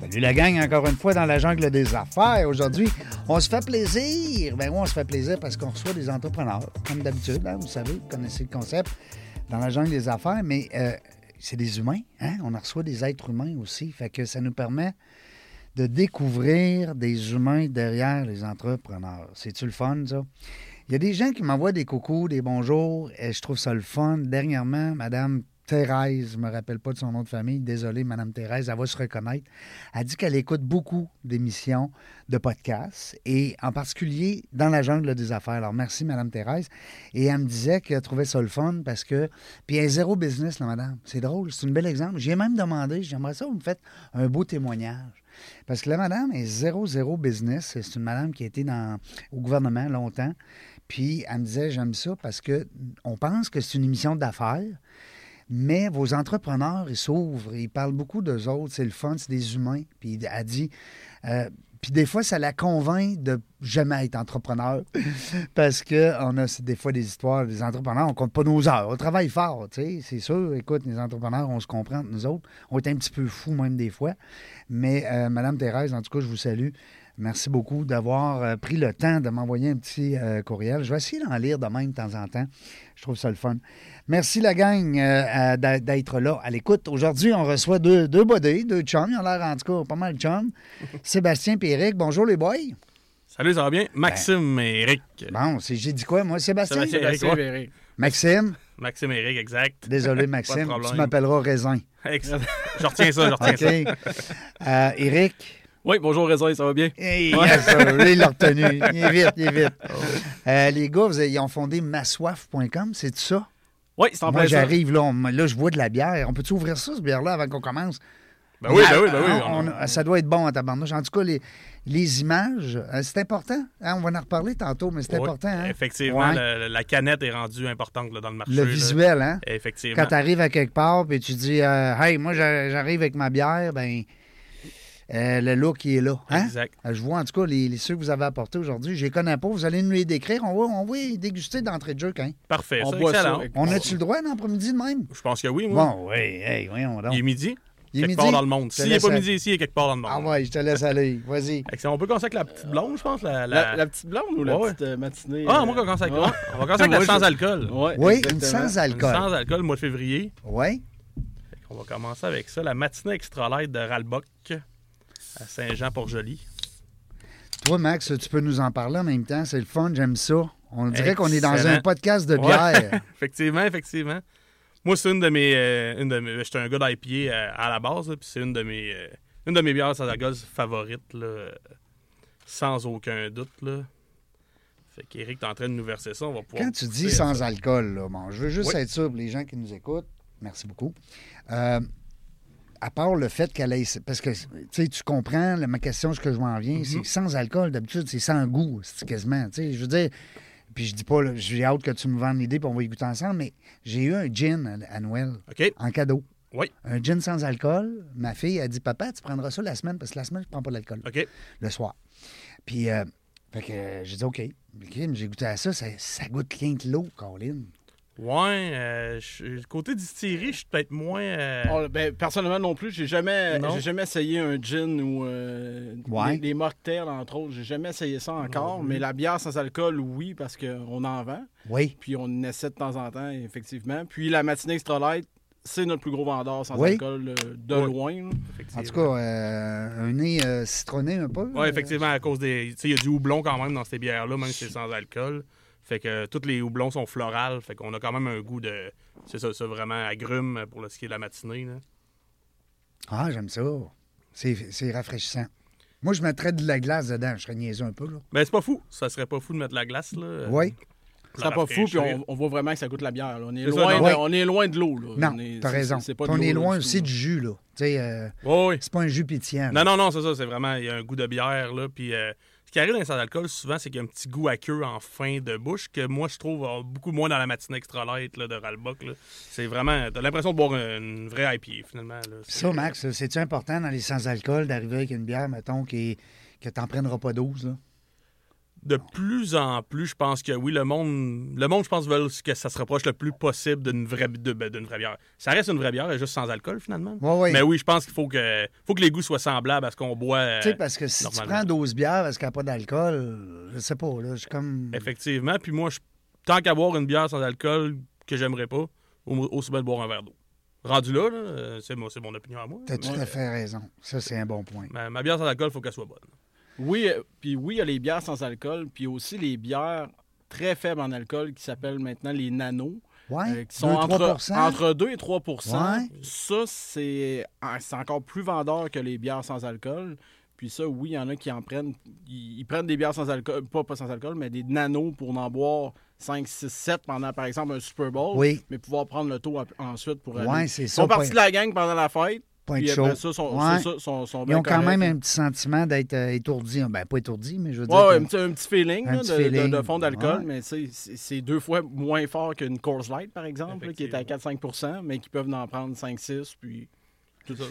Salut la gang, encore une fois dans la jungle des affaires. Aujourd'hui, on se fait plaisir. Ben oui, on se fait plaisir parce qu'on reçoit des entrepreneurs, comme d'habitude. hein, vous savez, vous connaissez le concept dans la jungle des affaires, mais euh, c'est des humains. Hein? On en reçoit des êtres humains aussi. Fait que ça nous permet de découvrir des humains derrière les entrepreneurs. C'est-tu le fun, ça? Il y a des gens qui m'envoient des coucous, des bonjours, et je trouve ça le fun. Dernièrement, Madame Thérèse, je me rappelle pas de son nom de famille, désolé, Madame Thérèse, elle va se reconnaître. Elle dit qu'elle écoute beaucoup d'émissions, de podcasts, et en particulier dans la jungle des affaires. Alors, merci, Madame Thérèse. Et elle me disait qu'elle trouvait ça le fun parce que. Puis elle est zéro business, la madame. C'est drôle, c'est un bel exemple. J'ai même demandé, j'aimerais ça, vous me faites un beau témoignage. Parce que la madame est zéro, zéro business. C'est une madame qui a été dans, au gouvernement longtemps. Puis elle me disait, j'aime ça parce que on pense que c'est une émission d'affaires, mais vos entrepreneurs, ils s'ouvrent, ils parlent beaucoup d'eux autres. C'est le fun, c'est des humains. Puis elle dit, euh, puis des fois, ça la convainc de jamais être entrepreneur parce qu'on a des fois des histoires des entrepreneurs, on compte pas nos heures, on travaille fort, tu sais, c'est sûr. Écoute, les entrepreneurs, on se comprend, entre nous autres, on est un petit peu fous même des fois. Mais euh, Madame Thérèse, en tout cas, je vous salue. Merci beaucoup d'avoir euh, pris le temps de m'envoyer un petit euh, courriel. Je vais essayer d'en lire de même de temps en temps. Je trouve ça le fun. Merci la gang euh, à- d'a- d'être là à l'écoute. Aujourd'hui, on reçoit deux, deux buddies, deux chums. Ils ont l'air en tout cas pas mal de chums. Sébastien et Eric. Bonjour les boys. Salut, ça va bien? Ben, Maxime et Eric. Bon, c'est- j'ai dit quoi, moi, Sébastien? Sébastien. Eric, Eric, ouais. Maxime? Maxime et Eric, exact. Désolé, Pas de Maxime. problème. Tu m'appelleras Raisin. Excellent. je retiens ça, je retiens OK. ça. Euh, Eric? Oui, bonjour Réseau, ça va bien? Hey, yes, sir. Lui, il l'a retenu. Il est vite, il est vite. Oh. Euh, les gars, vous avez- ils ont fondé massoif.com, c'est ça? Oui, c'est en Moi, plein ça. j'arrive là, on- là, je vois de la bière. On peut-tu ouvrir ça, cette bière-là, avant qu'on commence? Ben oui, ben oui, ben oui. Ah, on- ah, ça doit être bon à tabarnouche. En tout cas, les, les images, euh, c'est important. hein, on va en reparler tantôt, mais c'est Ouais, important. hein? Effectivement, Ouais. le- le- la canette est rendue importante là, dans le marché. Le là. visuel, hein? Effectivement. Quand tu arrives à quelque part et tu dis euh, Hey, moi, j'a- j'arrive avec ma bière », ben euh, le look, il est là. Hein? Exact. Euh, Je vois, en tout cas, les, les- ceux que vous avez apportés aujourd'hui, je les connais pas. Vous allez nous les décrire. On va, on va les déguster d'entrée de jeu, quand Parfait. On ça, boit excellent. ça. On a-tu le droit dans l'après-midi de même? Je pense que oui, moi. Bon, oui, hey, voyons donc. Il est midi. Il est quelque midi? part dans le monde. Je te S'il n'est pas laisse- midi ici, il est quelque part dans le monde. Ah ouais, je te laisse aller. Vas-y. Excellent. On peut commencer avec la petite blonde, je pense. La, la- La, la petite blonde ou la Ouais, ouais. petite euh, matinée? Ah, euh, moi, on commence avec, ouais. on va commencer avec la Moi, je- sans alcool. Ouais, Oui, une exactement. Une sans-alcool. sans alcool, mois de février. Oui. On va commencer avec ça. La matinée extra light de Ralbock à Saint-Jean-Port-Joli. Toi, Max, tu peux nous en parler en même temps. C'est le fun, j'aime ça. On dirait qu'on est dans Excellent. un podcast de Ouais. bière. Effectivement, effectivement. Moi, c'est une de mes. euh, une de mes j'étais un gars d'IPA euh, à la base, là, puis c'est une de mes. euh, une de mes bières sans alcool favorites, là, euh, sans aucun doute. Là. Fait qu'Éric, t'es en train de nous verser ça, on va pouvoir. Quand tu dis goûter à sans ça. alcool, là, bon, je veux juste Oui. être sûr pour les gens qui nous écoutent. Merci beaucoup. Euh, à part le fait qu'elle ait. Parce que tu sais, tu comprends, la- ma question, ce que je m'en viens, Mm-hmm. c'est que sans alcool, d'habitude, c'est sans goût, c'est quasiment. Tu sais, je veux dire. Puis je dis pas, là, j'ai hâte que tu me vendes l'idée, puis on va y goûter ensemble, mais j'ai eu un gin à, à Noël, OK. en cadeau. Oui. Un gin sans alcool. Ma fille a dit Papa, tu prendras ça la semaine, parce que la semaine, je prends pas d'alcool OK. le soir. Puis, euh, fait que euh, j'ai dit OK. OK, mais j'ai goûté à ça, ça, ça goûte rien que l'eau, Colin. Ouais, euh, je- côté distillerie, je suis peut-être moins. euh, On- ben, personnellement non plus, j'ai jamais, Non. j'ai jamais essayé un gin ou euh, Ouais. les, les mocktails, entre autres. J'ai jamais essayé ça encore, Mhm. mais la bière sans alcool, oui, parce qu'on en vend. Oui. Puis on en essaie de temps en temps, effectivement. Puis la matinée extra light, c'est notre plus gros vendeur sans Oui. alcool euh, de Oui. loin. là. effectivement. En tout cas, euh, un nez euh, citronné un peu. Ouais, effectivement, à cause des. Tu sais, il y a du houblon quand même dans ces bières-là, même si c'est sans alcool. Fait que euh, tous les houblons sont florales. Fait qu'on a quand même un goût de. C'est ça, ça vraiment agrume euh, pour le ski de la matinée. là. Ah, j'aime ça. C'est c'est rafraîchissant. Moi, je mettrais de la glace dedans. Je serais niaiseux un peu, là. Mais c'est pas fou. Ça serait pas fou de mettre la glace, là. euh, Oui. pour Ça la pas fou, puis rafraîchir. on, on voit vraiment que ça goûte la bière. là. On, est C'est ça, loin, non? de- on est loin de l'eau. là. Non, On est- t'as c'est- raison. c'est Puis de on est l'eau, loin là, aussi tout, du jus, là. Tu sais, euh, Ouais, ouais. c'est pas un jus pétillant. là. Non, non, non, c'est ça. C'est vraiment. Il y a un goût de bière, là. Puis euh, ce qui arrive dans les sans alcool, souvent, c'est qu'il y a un petit goût aqueux en fin de bouche que moi, je trouve euh, beaucoup moins dans la matinée extra light là, de Ralbock. là. C'est vraiment. T'as l'impression de boire une, une vraie IPA, finalement. là. C'est- Ça, Max, c'est-tu important dans les sans-alcool d'arriver avec une bière, mettons, qui est- que t'en prenneras pas 12, là? De plus en plus, je pense que oui, le monde, le monde, je pense, veut que ça se rapproche le plus possible d'une vraie, de- ben, d'une vraie bière. Ça reste une vraie bière, elle est juste sans alcool, finalement. Ouais, ouais. Mais oui, je pense qu'il faut que, faut que les goûts soient semblables à ce qu'on boit. euh, Tu sais, ben, parce que si tu normalement. prends 12 bières parce qu'il n'y a pas d'alcool, je sais pas, là, je suis comme... Effectivement. Puis moi, je- tant qu'à boire une bière sans alcool que j'aimerais pas, au- aussi bien de boire un verre d'eau. Rendu là, là, euh, c'est mon, c'est mon opinion à moi. T'as tout Ouais. à fait raison. Ça, c'est un bon point. Ma, ma bière sans alcool, il faut qu'elle soit bonne. Oui, euh, puis oui, il y a les bières sans alcool, puis aussi les bières très faibles en alcool qui s'appellent maintenant les nanos, Ouais, euh, qui sont 2-3 entre, entre 2 et 3 Ouais. Ça, c'est ah, c'est encore plus vendeur que les bières sans alcool. Puis ça, oui, il y en a qui en prennent. Ils, ils prennent des bières sans alcool, pas, pas sans alcool, mais des nanos pour en boire 5, 6, 7 pendant, par exemple, un Super Bowl. Oui. Mais pouvoir prendre le taux ap- ensuite pour aller. Ouais, c'est Ils ça, sont point- partis de la gang pendant la fête. Point puis de après chaud. ça, sont, Ouais. c'est ça, sont, sont Ils bien ont quand même corrects. un petit sentiment d'être euh, étourdis. Ben, pas étourdis, mais je veux dire... Ouais, ouais, que- un, petit, un petit feeling, un là, petit de, de- feeling. de fond d'alcool, Ouais. mais tu sais, c'est c'est deux fois moins fort qu'une Coors Light, par exemple, là, qui est à 4-5 mais qui peuvent en prendre 5-6, puis Tout ça.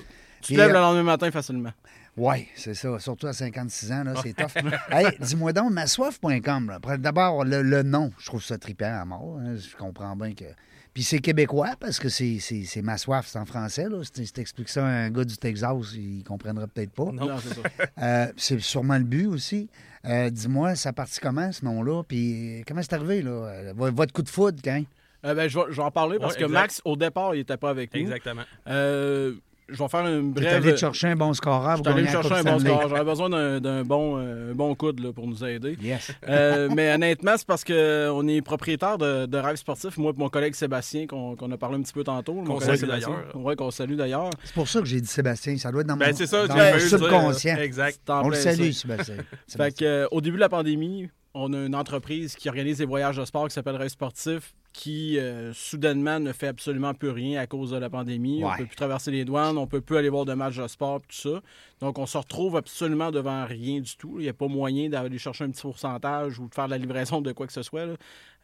tu Et, te lèves euh, le lendemain matin facilement. Oui, c'est ça. Surtout à 56 ans, là, c'est tough. hey, dis-moi donc, massoif.com. là. Pre- D'abord, le, le nom, je trouve ça trippant à mort. hein. Je comprends bien que. Puis c'est québécois parce que c'est, c'est, c'est Massoif, c'est en français. Là. Si t'expliques ça à un gars du Texas, il comprendra peut-être pas. Non, c'est ça. Euh, c'est sûrement le but aussi. Euh, dis-moi, ça partit comment ce nom-là? Puis comment c'est arrivé, là? Euh, vo- Votre coup de foudre, quand? Euh, ben, je, vais, je vais en parler parce Ouais, que exact. Max, au départ, il n'était pas Mmh. avec nous. Exactement. Euh, je vais faire une T'es brève... allé te chercher un bon scoreur euh, je pour suis allé me gagner la chercher un Coupe bon Stanley. score. J'avais besoin d'un d'un bon, euh, un bon coude là, pour nous aider. Yes. Euh, mais honnêtement, c'est parce qu'on est propriétaire de, de Rêve Sportif, moi et mon collègue Sébastien, qu'on qu'on a parlé un petit peu tantôt. mon Qu'on collègue salue Sébastien. d'ailleurs. Ouais, qu'on salue d'ailleurs. C'est pour ça que j'ai dit Sébastien. Ça doit être dans Ben, mon, c'est ça, dans tu l'as mon eu, ça. subconscient. euh, euh, Exact. C'est en On le plein salue, ça. Sébastien. Fait que, euh, au début de la pandémie, on a une entreprise qui organise des voyages de sport qui s'appelle Rêve Sportif, qui euh, soudainement ne fait absolument plus rien à cause de la pandémie. Ouais. On peut plus traverser les douanes, on peut plus aller voir de matchs de sport, tout ça. Donc, on se retrouve absolument devant rien du tout. Il n'y a pas moyen d'aller chercher un petit pourcentage ou de faire de la livraison de quoi que ce soit. là.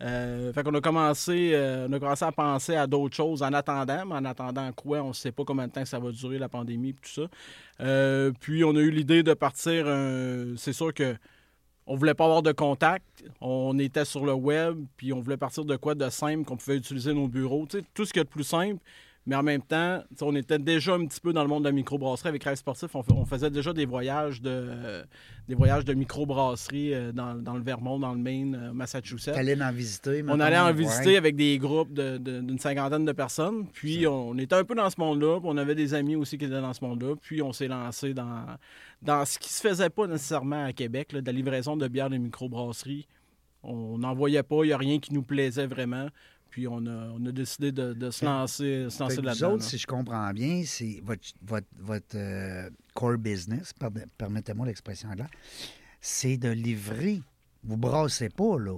Euh, fait qu'on a commencé, euh, on a commencé à penser à d'autres choses en attendant, mais en attendant quoi, on ne sait pas combien de temps que ça va durer la pandémie et tout ça. Euh, puis on a eu l'idée de partir. un- C'est sûr que on voulait pas avoir de contact. On était sur le web, puis on voulait partir de quoi de simple qu'on pouvait utiliser nos bureaux. Tu sais, tout ce qu'il y a de plus simple. Mais en même temps, tu sais, on était déjà un petit peu dans le monde de la microbrasserie avec Rêve Sportif. On, fa- on faisait déjà des voyages de, euh, des voyages de microbrasserie euh, dans, dans le Vermont, dans le Maine, euh, Massachusetts. T'allais en visiter. On mettons, allait en ouais. visiter avec des groupes de- de- d'une cinquantaine de personnes. Puis on était un peu dans ce monde-là. puis On avait des amis aussi qui étaient dans ce monde-là. Puis on s'est lancé dans, dans ce qui se faisait pas nécessairement à Québec, là, de la livraison de bières de microbrasserie. On n'en voyait pas. Il n'y a rien qui nous plaisait vraiment. Puis on a, on a décidé de, de se lancer, se Fait lancer que vous là-dedans. autres, là. si je comprends bien, c'est votre, votre, votre, euh, core business, pardon- permettez-moi l'expression là, c'est de livrer. Vous brassez pas, là.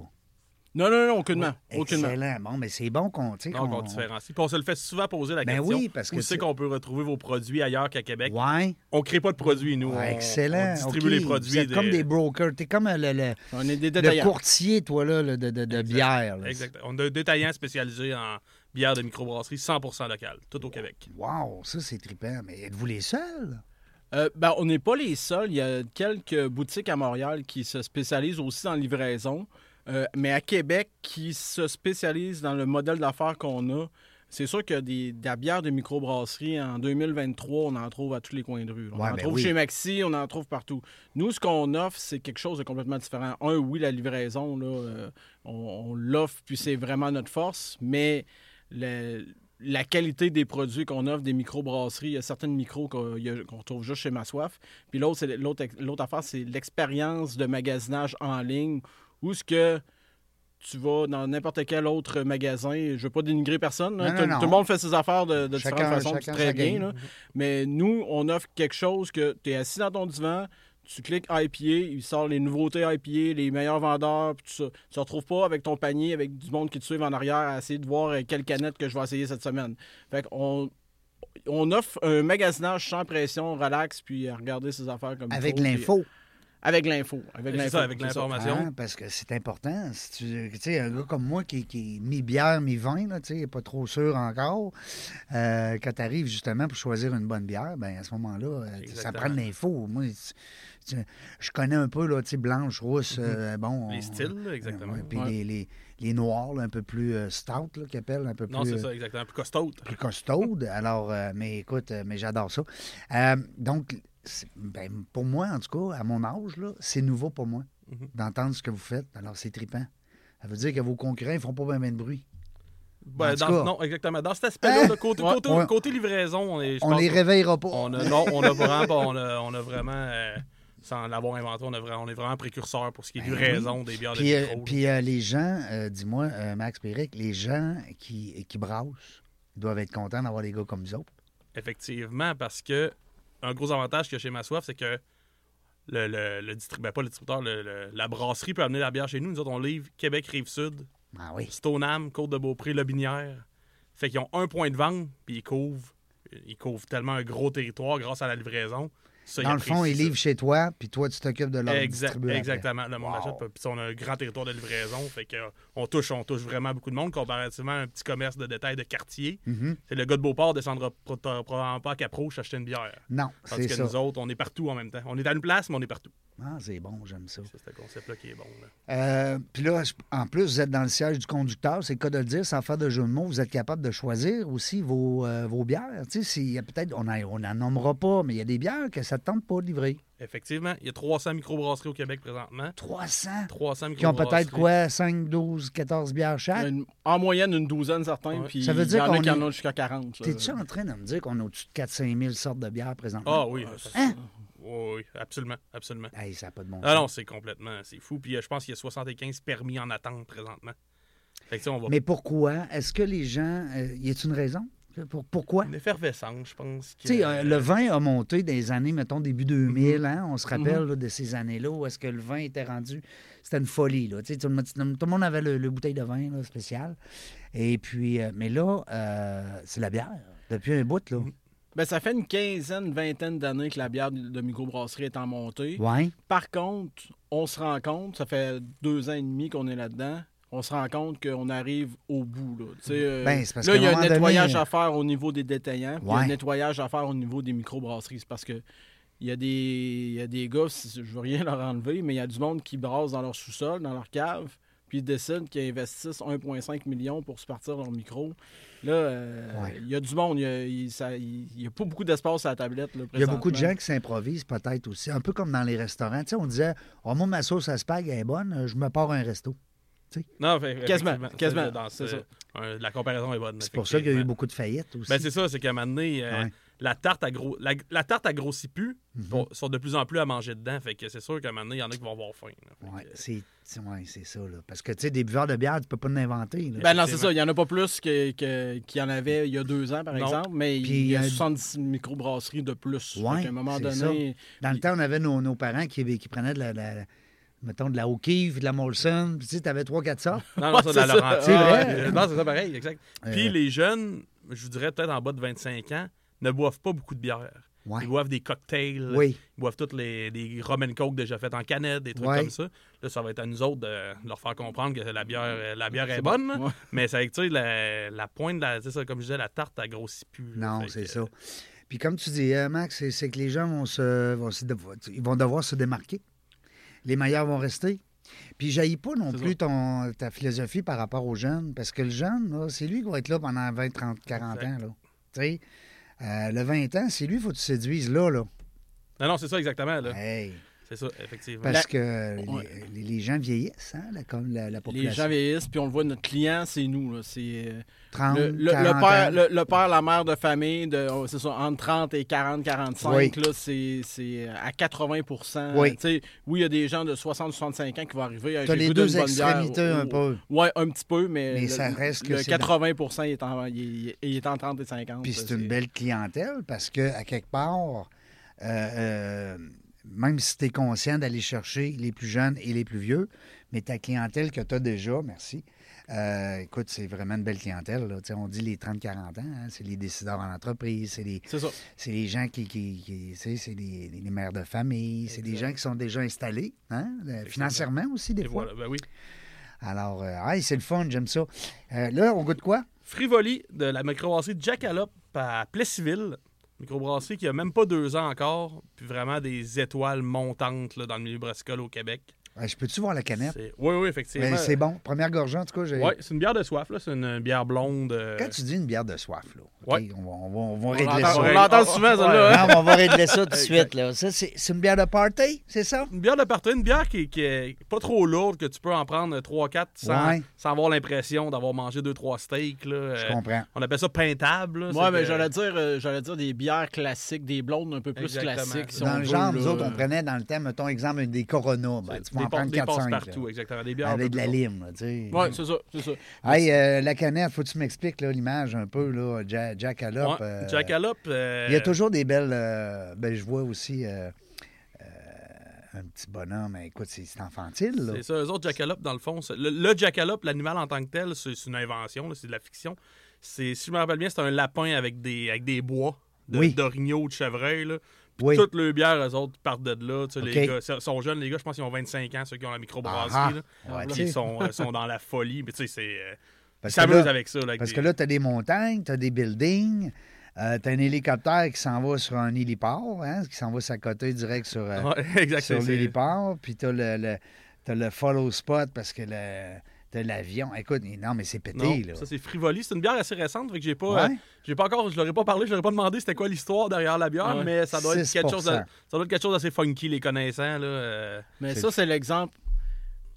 Non, non, non, aucunement. aucunement. Excellent. Bon, mais c'est bon qu'on... tu sais, Donc, qu'on- on différencie. Puis on se le fait souvent poser la Ben question. oui, parce que Où c'est tu- qu'on peut retrouver vos produits ailleurs qu'à Québec? Ouais, On crée pas de produits, nous. ouais, On- excellent. On distribue OK. les produits. Vous êtes des- comme des brokers. T'es comme euh, le, le, On est des le détaillants. courtier, toi, là, le- de, de, de bière. là. Exact. On a un détaillant spécialisé en bière de microbrasserie 100 locale, tout au Québec. Wow, ça, c'est trippant. Mais êtes-vous les seuls? Euh, ben, on n'est pas les seuls. Il y a quelques boutiques à Montréal qui se spécialisent aussi dans la livraison, euh, mais à Québec, qui se spécialisent dans le modèle d'affaires qu'on a. C'est sûr que des, de la bière de microbrasserie, en 2023, on en trouve à tous les coins de rue. là. On Ouais, en ben trouve oui. chez Maxi, on en trouve partout. Nous, ce qu'on offre, c'est quelque chose de complètement différent. Un, oui, la livraison, là, euh, on, on l'offre, puis c'est vraiment notre force, mais le- la qualité des produits qu'on offre des microbrasseries, il y a certaines micros qu'on il y a- qu'on retrouve juste chez Massoif. Puis l'autre, c'est l'autre l'autre affaire, c'est l'expérience de magasinage en ligne, où ce que tu vas dans n'importe quel autre magasin, je veux pas dénigrer personne, là. Non, tout, non, non. tout le monde fait ses affaires de, de Chacun- différentes façons, chacun c'est très sa bien. game. là. Mais nous, on offre quelque chose que tu es assis dans ton divan, tu cliques IPA, il sort les nouveautés IPA, les meilleurs vendeurs, puis tout ça. Tu te retrouves pas avec ton panier, avec du monde qui te suive en arrière à essayer de voir euh, quelle canette que je vais essayer cette semaine. Fait qu'on on offre un magasinage sans pression, relax, puis à regarder ses affaires comme il Avec faut, puis- euh, l'info. Avec l'info. Avec C'est l'info. ça, avec c'est ça. l'information. Hein, parce que c'est important. Si tu tu sais, un gars comme moi qui, qui est mi-bière, mi-vin, là, tu sais, il n'est pas trop sûr encore, euh, quand tu arrives justement pour choisir une bonne bière, ben à ce moment-là, euh, tu sais, ça Exactement. prend de l'info. Moi, tu- tu- je connais un peu, là, tu sais, blanche, rousse, euh, bon... Mm-hmm. Les on- styles, là, exactement. Ouais, puis Ouais. les, les, les noirs, là, un peu plus euh, stout, là, qu'ils appellent, un peu plus... Non, c'est euh, ça, exactement. Plus costaud. plus costaude. Alors, euh, mais écoute, euh, mais j'adore ça. Euh, donc, c'est- ben, pour moi, en tout cas, à mon âge, là, c'est nouveau pour moi Mhm. d'entendre ce que vous faites. Alors, c'est trippant. Ça veut dire que vos concurrents, ils font pas bien ben de bruit. Ben, En tout dans- cas. Hein? non, exactement. Dans cet aspect-là, de côté, Ouais. côté, Ouais. côté livraison, on est. je On pense les qu'on- réveillera pas. on a, non, on a vraiment, pas- on a, on a vraiment euh, sans l'avoir inventé, on, a vra- on est vraiment précurseur pour ce qui est Ben livraison des bières Puis, de euh, micro. là. puis, euh, les gens, euh, dis-moi, euh, Max Péric, les gens qui, qui brassent, ils doivent être contents d'avoir des gars comme vous autres. Effectivement, parce que un gros avantage que chez Massoif, c'est que le, le, le distrib- ben, pas le distributeur, le- le- la brasserie peut amener la bière chez nous. Nous autres, on livre Québec, Rive-Sud, Ah oui. Stoneham, Côte-de-Beaupré, Lobinière. Fait qu'ils ont un point de vente, puis ils couvrent, ils couvrent tellement un gros territoire grâce à la livraison. Ça, Dans le fond, ils apprécient ça. livrent chez toi, puis toi, tu t'occupes de leur Exact- distribuer après. exactement. Le monde Wow. achète. Puis on a un grand territoire de livraison. Fait que, euh, on touche, on touche vraiment beaucoup de monde comparativement à un petit commerce de détail de quartier. Mhm. C'est le gars de Beauport descendra pro- probablement pas à Caprouche acheter une bière. Non, Tandis c'est que ça. nous autres, on est partout en même temps. On est à une place, mais on est partout. Ah, c'est bon, j'aime ça. C'est ce concept-là qui est bon. là. Euh, Puis là, je- en plus, vous êtes dans le siège du conducteur, c'est le cas de le dire, sans faire de jeu de mots, vous êtes capable de choisir aussi vos, euh, vos bières. Tu sais, s'il y a peut-être, on n'en on en nommera pas, mais il y a des bières que ça ne tente pas de livrer. Effectivement, il y a 300 microbrasseries au Québec présentement. 300! 300 Qui ont peut-être microbrasseries. quoi, 5, 12, 14 bières chaque? euh, Une- en moyenne, une douzaine, certains. Ouais. Puis Ça veut il y dire en a qu'on qui en est- ont jusqu'à 40. ça. T'es-tu en train de me dire qu'on a au-dessus de 4-5 000 sortes de bières présentement? Ah oui. Hein? Oui, oui, absolument. absolument. Hey, ça n'a pas de bon sens. Ah non, c'est complètement. C'est fou. Puis euh, je pense qu'il y a 75 permis en attente présentement. Fait que, tu sais, on va mais pourquoi? Est-ce que les gens... euh, y a-t-il une raison? Pour, pourquoi? Une effervescence, je pense. Que... Tu sais, euh, le vin a monté des années, mettons, début 2000. Mhm. hein, on se rappelle là, de ces années-là où est-ce que le vin était rendu... C'était une folie. Là, Tu sais, tout, le monde, tout le monde avait le, le bouteille de vin là, spécial. Et puis... euh, mais là, euh, c'est la bière. Depuis un bout, là. Ben, ça fait une quinzaine, vingtaine d'années que la bière de microbrasserie est en montée. Ouais. Par contre, on se rend compte, ça fait deux ans et demi qu'on est là-dedans, on se rend compte qu'on arrive au bout. Là, Tu sais, euh, Ben, c'est parce là, qu'à il y a un un moment nettoyage donné- à faire au niveau des détaillants, puis il y a Ouais. un nettoyage à faire au niveau des microbrasseries. C'est parce que il y, a des, il y a des gars, si- je veux rien leur enlever, mais il y a du monde qui brasse dans leur sous-sol, dans leur cave, puis ils décident qu'ils investissent 1,5 million pour se partir leur micro. Là, euh, Ouais. il y a du monde. Il y a- il ça- il y a, pas beaucoup d'espace à la tablette. là, Il y a beaucoup de présentement. gens qui s'improvisent peut-être aussi. Un peu comme dans les restaurants. Tu sais, on disait, oh, moi, ma sauce à spag elle est bonne, euh, je me pars un resto. Non, fait- Quasiment, effectivement, quasiment, c'est- dans c'est ce- ça. un- la comparaison est bonne. C'est pour ça qu'il y a eu effectivement. beaucoup de faillites aussi. Ben, c'est ça, c'est qu'à un moment donné, euh, Ouais. la tarte a gros, la, la tarte a grossi plus, Mhm. bon, sont de plus en plus à manger dedans. Fait que c'est sûr qu'à un moment donné, il y en a qui vont avoir faim. là. Fait Ouais, que- c'est c'est- ouais, c'est ça. Là. Parce que, tu sais, des buveurs de bière, tu peux pas en inventer. là. Ben non, c'est Effectivement. ça. Il n'y en a pas plus que- que- qu'il y en avait il y a deux ans, par Non. exemple, mais Puis il y il a y a- 70 microbrasseries de plus. Ouais, à un moment c'est donné, Dans le temps, on avait nos, nos parents qui, qui prenaient de la, la- mettons, de la O'Keeffe, de la Molson, puis tu sais, t'avais trois, quatre sortes. Non, non, ça, Ouais, de la c'est ça. Laurentienne. C'est vrai. Euh, Non, c'est ça pareil, exact. Puis Euh. les jeunes, je vous dirais peut-être en bas de 25 ans, ne boivent pas beaucoup de bière. Ouais. Ils boivent des cocktails, Oui. ils boivent toutes les des rum and coke déjà faites en canette, des trucs Ouais. comme ça. Là, ça va être à nous autres de leur faire comprendre que la bière, euh, la bière est, C'est bonne. hein, bon. là. Ouais. Mais c'est avec, tu sais, la, la pointe, de la, tu sais, ça, comme je disais, la tarte, elle grossit plus. là. Non, Fait c'est que- ça. Puis comme tu dis, euh, Max, c'est- c'est que les gens vont se, vont se devoir, ils vont devoir se démarquer. Les meilleurs vont rester. Puis jaillit pas non C'est plus ton, ta philosophie par rapport aux jeunes, parce que le jeune, là, c'est lui qui va être là pendant 20, 30, 40 ans. Là. Tu sais, euh, le 20 ans, c'est lui qu'il faut que tu séduises là. là. Non, non, c'est ça exactement. là. Hey, C'est ça, effectivement. parce que Euh, Ouais. les, les gens vieillissent, hein, là, comme la, la les population. gens vieillissent, puis on le voit, notre client, c'est nous. là. C'est, euh, 30, le, le- le 40 père, ans. le, le père, la mère de famille, de, oh, c'est ça, entre 30 et 40, 45, Oui. là, c'est, c'est à 80 Oui. Tu sais, oui, il y a des gens de 60, 65 ans qui vont arriver. à T'as les deux extrémités un peu. Oui, un petit peu, mais, Mais le, ça reste que le c'est- 80 il est, en, il, est- il est en 30 et 50. Puis là, c'est une belle clientèle parce que, à quelque part, euh, euh, même si tu es conscient d'aller chercher les plus jeunes et les plus vieux, mais ta clientèle que tu as déjà, merci, Euh, écoute, c'est vraiment une belle clientèle. là. Tu sais, On dit les 30-40 ans, hein, c'est les décideurs en entreprise, c'est les, C'est ça. c'est les gens qui, qui, qui- tu sais, c'est les, les mères de famille, c'est des Exact. gens qui sont déjà installés, hein, euh, financièrement aussi des Et fois. voilà, ben oui. Alors, euh, ah, c'est le fun, j'aime ça. Euh, là, on goûte quoi? Frivoli de la microbrasserie Jackalope à Plessisville. Microbrasserie qui a même pas deux ans encore, puis vraiment des étoiles montantes là, dans le milieu brassicole au Québec. Euh, je peux-tu voir la canette? C'est- Oui, oui, Ben, effectivement. C'est bon. Première gorgée, en tout cas. j'ai- Ouais, c'est une bière de soif, là. c'est une bière blonde. euh, Quand tu dis une bière de soif, là, OK, Ouais. on, va, on va- on va On régler l'entend ça. on Ouais. l'entend Ouais. souvent, hein? ça, Ouais. là. Non, mais on va régler ça tout de suite. Là. Ça, c'est c'est une bière de party, c'est ça? Une bière de party, une bière qui, qui est pas trop lourde, que tu peux en prendre 3-4 sans, Ouais. sans avoir l'impression d'avoir mangé 2-3 steaks. Là. Euh, Je comprends. On appelle ça peintable. Moi, mais j'allais dire, euh, j'allais dire des bières classiques, des blondes un peu plus Exactement. classiques. si dans on le veut, genre, là. nous autres, on prenait dans le temps, mettons, exemple, des Corona. Ben, tu peux en prendre 4-5. partout, là, exactement. Des bières un peu Avec de la plus lime, là, tu sais. Ouais, c'est ça, c'est ça. Hey, euh, la canette, faut que tu m'expliques là, l'image un peu, là, Jack, lourdes. Jackalope. Ouais. euh, Jackalope, euh, Il y a toujours des belles. euh, ben, je vois aussi euh, euh, un petit bonhomme. mais Écoute, c'est c'est infantile. Là. C'est ça, eux autres, Jackalope, dans le fond. c'est- Le, le Jackalope, l'animal en tant que tel, c'est c'est une invention, là, c'est de la fiction. C'est- Si je me rappelle bien, c'est un lapin avec des, avec des bois de- Oui. d'orignaux, de, chevreuil. là. Puis Oui. Toutes leurs bières, eux autres, partent de là. Tu sais, OK. Les gars ils sont jeunes, les gars, je pense qu'ils ont 25 ans, ceux qui ont la Ah, microbrasserie. là. ouais, Puis tu sais. ils sont, euh, sont dans la folie. Mais tu sais, c'est. euh, ils Parce que s'amusent là- avec ça. là, avec Parce des- que là, tu as des montagnes, tu as des buildings, euh, tu as un hélicoptère qui s'en va sur un héliport, hein, qui s'en va s'accoter direct sur, euh, Ouais, exact, sur c'est- c'est- l'héliport. Puis tu as le, le- t'as le follow spot parce que le, t'as l'avion. Écoute, non, mais c'est pété. Non, là. ça c'est frivoli. C'est une bière assez récente, fait que j'ai pas, Ouais. euh, j'ai pas encore, je l'aurais pas parlé, je l'aurais pas demandé c'était quoi l'histoire derrière la bière, Ouais. mais ça doit être quelque chose, de- 6%. ça doit être quelque chose d'assez funky les connaissants là. euh. Mais C'est- ça, c'est l'exemple.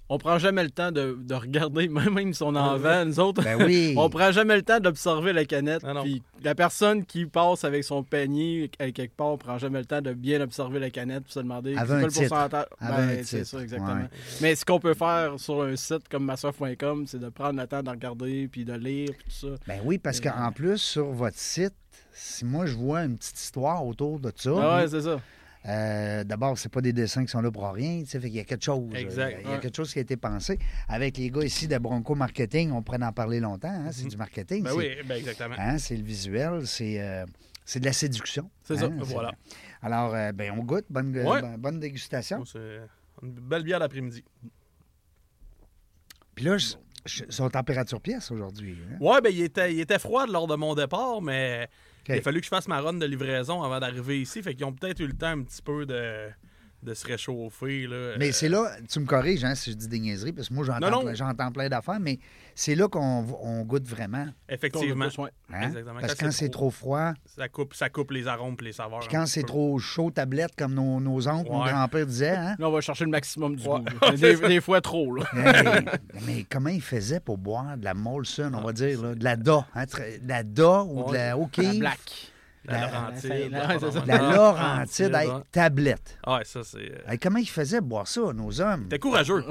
On prend jamais le temps de, de regarder, même, même si on en vend, nous autres. Ben oui. on prend jamais le temps d'observer la canette. Ah non. Puis la personne qui passe avec son panier à quelque part, on prend jamais le temps de bien observer la canette puis se demander Avant c'est quoi un le titre. pourcentage. Avant Ben, un c'est titre, ça, exactement. ouais. Mais ce qu'on peut faire sur un site comme massoif.com, c'est de prendre le temps de regarder puis de lire puis tout ça. Ben oui, Euh, parce qu'en plus, sur votre site, si moi je vois une petite histoire autour de ça, Ah ouais, c'est ça. Euh, D'abord, c'est pas des dessins qui sont là pour rien. tu sais, Fait il y a quelque chose. Exact, euh, Il y a ouais. quelque chose qui a été pensé. Avec les gars ici de Bronco Marketing, on pourrait en parler longtemps. hein, C'est du marketing. Ben c'est- oui, ben exactement. hein, c'est le visuel. C'est euh, c'est de la séduction. hein, C'est ça, ben voilà. Alors, euh, ben, on goûte. Bonne, euh, Ouais. ben, bonne dégustation. Donc, C'est une belle bière d'après-midi. Puis là, je- je- ils sont en température pièce aujourd'hui. hein. Ouais, ben il était, il était froid lors de mon départ, mais OK. il a fallu que je fasse ma run de livraison avant d'arriver ici, fait qu'ils ont peut-être eu le temps un petit peu de, de se réchauffer là. Mais euh. c'est là, tu me corriges hein, si je dis des niaiseries, parce que moi, j'entends Non, non. plein- j'entends plein d'affaires, mais c'est là qu'on on goûte vraiment. effectivement. Qu'on a plus, ouais. hein. Exactement. Parce que quand c'est trop froid, ça coupe, ça coupe les arômes, et les saveurs. Puis un quand petit c'est peu. trop chaud, tablette, comme nos, nos oncles, nos Ouais. grands-pères disaient, hein? Là, on va chercher le maximum du Ouais. goût. Des, des fois trop, là. Hey, mais comment ils faisaient pour boire de la Molson, Ah. on va dire, là, de la DA, hein, tra- de la DA ou de la La O'Keeffe, black. La La- Laurentide. la- la- la- c'est ça. de la Laurentide, hey, Ah. ouais. tablette. Ah, ouais, ça, c'est. euh, Hey, comment ils faisaient pour boire ça, nos hommes? T'es courageux.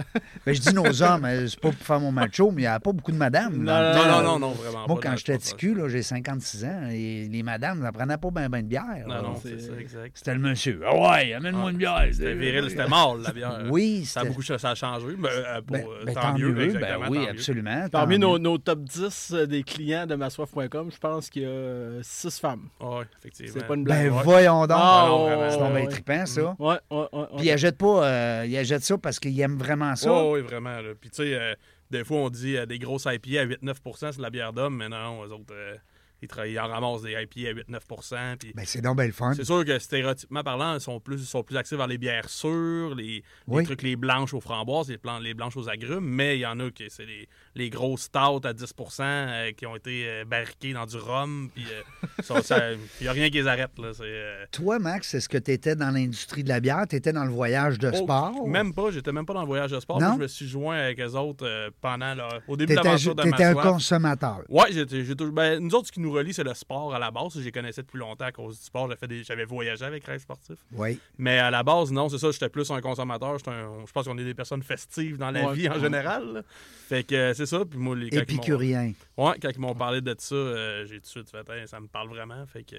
Ben, je dis nos hommes, euh, c'est pas pour faire mon macho, mais il n'y a pas beaucoup de madames. Non, dans le non, non, temps. non, non, non, vraiment. Euh, Moi, pas, quand non, j'étais je pense ticu, là, j'ai 56 ans, et les madames n'en prenaient pas bien ben de bière. pas. là. Non, non, C'est- c'est ça, exact. C'était le monsieur. Ah ouais, amène-moi une bière. C'était viril, c'était mort, la bière. Oui, Ça a c'était- beaucoup ça a changé, mais euh, pour, Ben- euh, ben, tant, mieux. exactement, ben tant oui, mieux. absolument. tant Parmi mieux. nos, nos top 10 des clients de massoif.com, je pense qu'il y a 6 femmes. Ouais, effectivement. C'est pas une Ben blague. ouais. voyons donc. Ah, non, ouais, vraiment. ouais, c'est donc bien ouais. trippant, ça. Ouais, ouais, ouais, ouais. Puis ils achètent pas, euh, ils achètent ça parce qu'ils aiment vraiment ça. Ouais, ouais, vraiment. là. Puis, tu sais, euh, des fois, on dit euh, des grosses IPA à 8-9 c'est de la bière d'homme, mais non, eux autres, euh, ils, tra- ils en ramassent des IPA à 8-9 puis- Ben, c'est donc bien le fun. C'est sûr que stéréotypement parlant, ils sont plus, ils sont plus axés vers les bières sûres, les, les Oui. trucs, les blanches aux framboises, les, plan- les blanches aux agrumes, mais il y en a qui, c'est les, les grosses stouts à 10 euh, qui ont été euh, barriquées dans du rhum, puis euh, ça- ça- il n'y a rien qui les arrête. Là, c'est, euh, Toi, Max, est-ce que tu étais dans l'industrie de la bière? Tu étais dans le voyage de oh, sport? Même pas, j'étais même pas dans le voyage de sport. Non? Moi, je me suis joint avec eux autres euh, pendant leur- au début de T'étais, l'aventure de t'étais un Massois. consommateur. Ouais, j'étais- j'ai toujours- ben, nous autres, ce qui nous relie, c'est le sport à la base. Je les connaissais depuis longtemps à cause du sport. J'ai fait des- J'avais voyagé avec Rêve Sportif. Oui. Mais à la base, non, c'est ça, j'étais plus un consommateur. J'étais un- je pense qu'on est des personnes festives dans la Ouais. vie en général. là. Fait que euh, c'est ça. Puis moi, les, quand ils m'ont- Épicurien. Ouais, quand ils m'ont parlé de ça, euh, j'ai tout de suite fait, Hey, ça me parle vraiment. Fait que.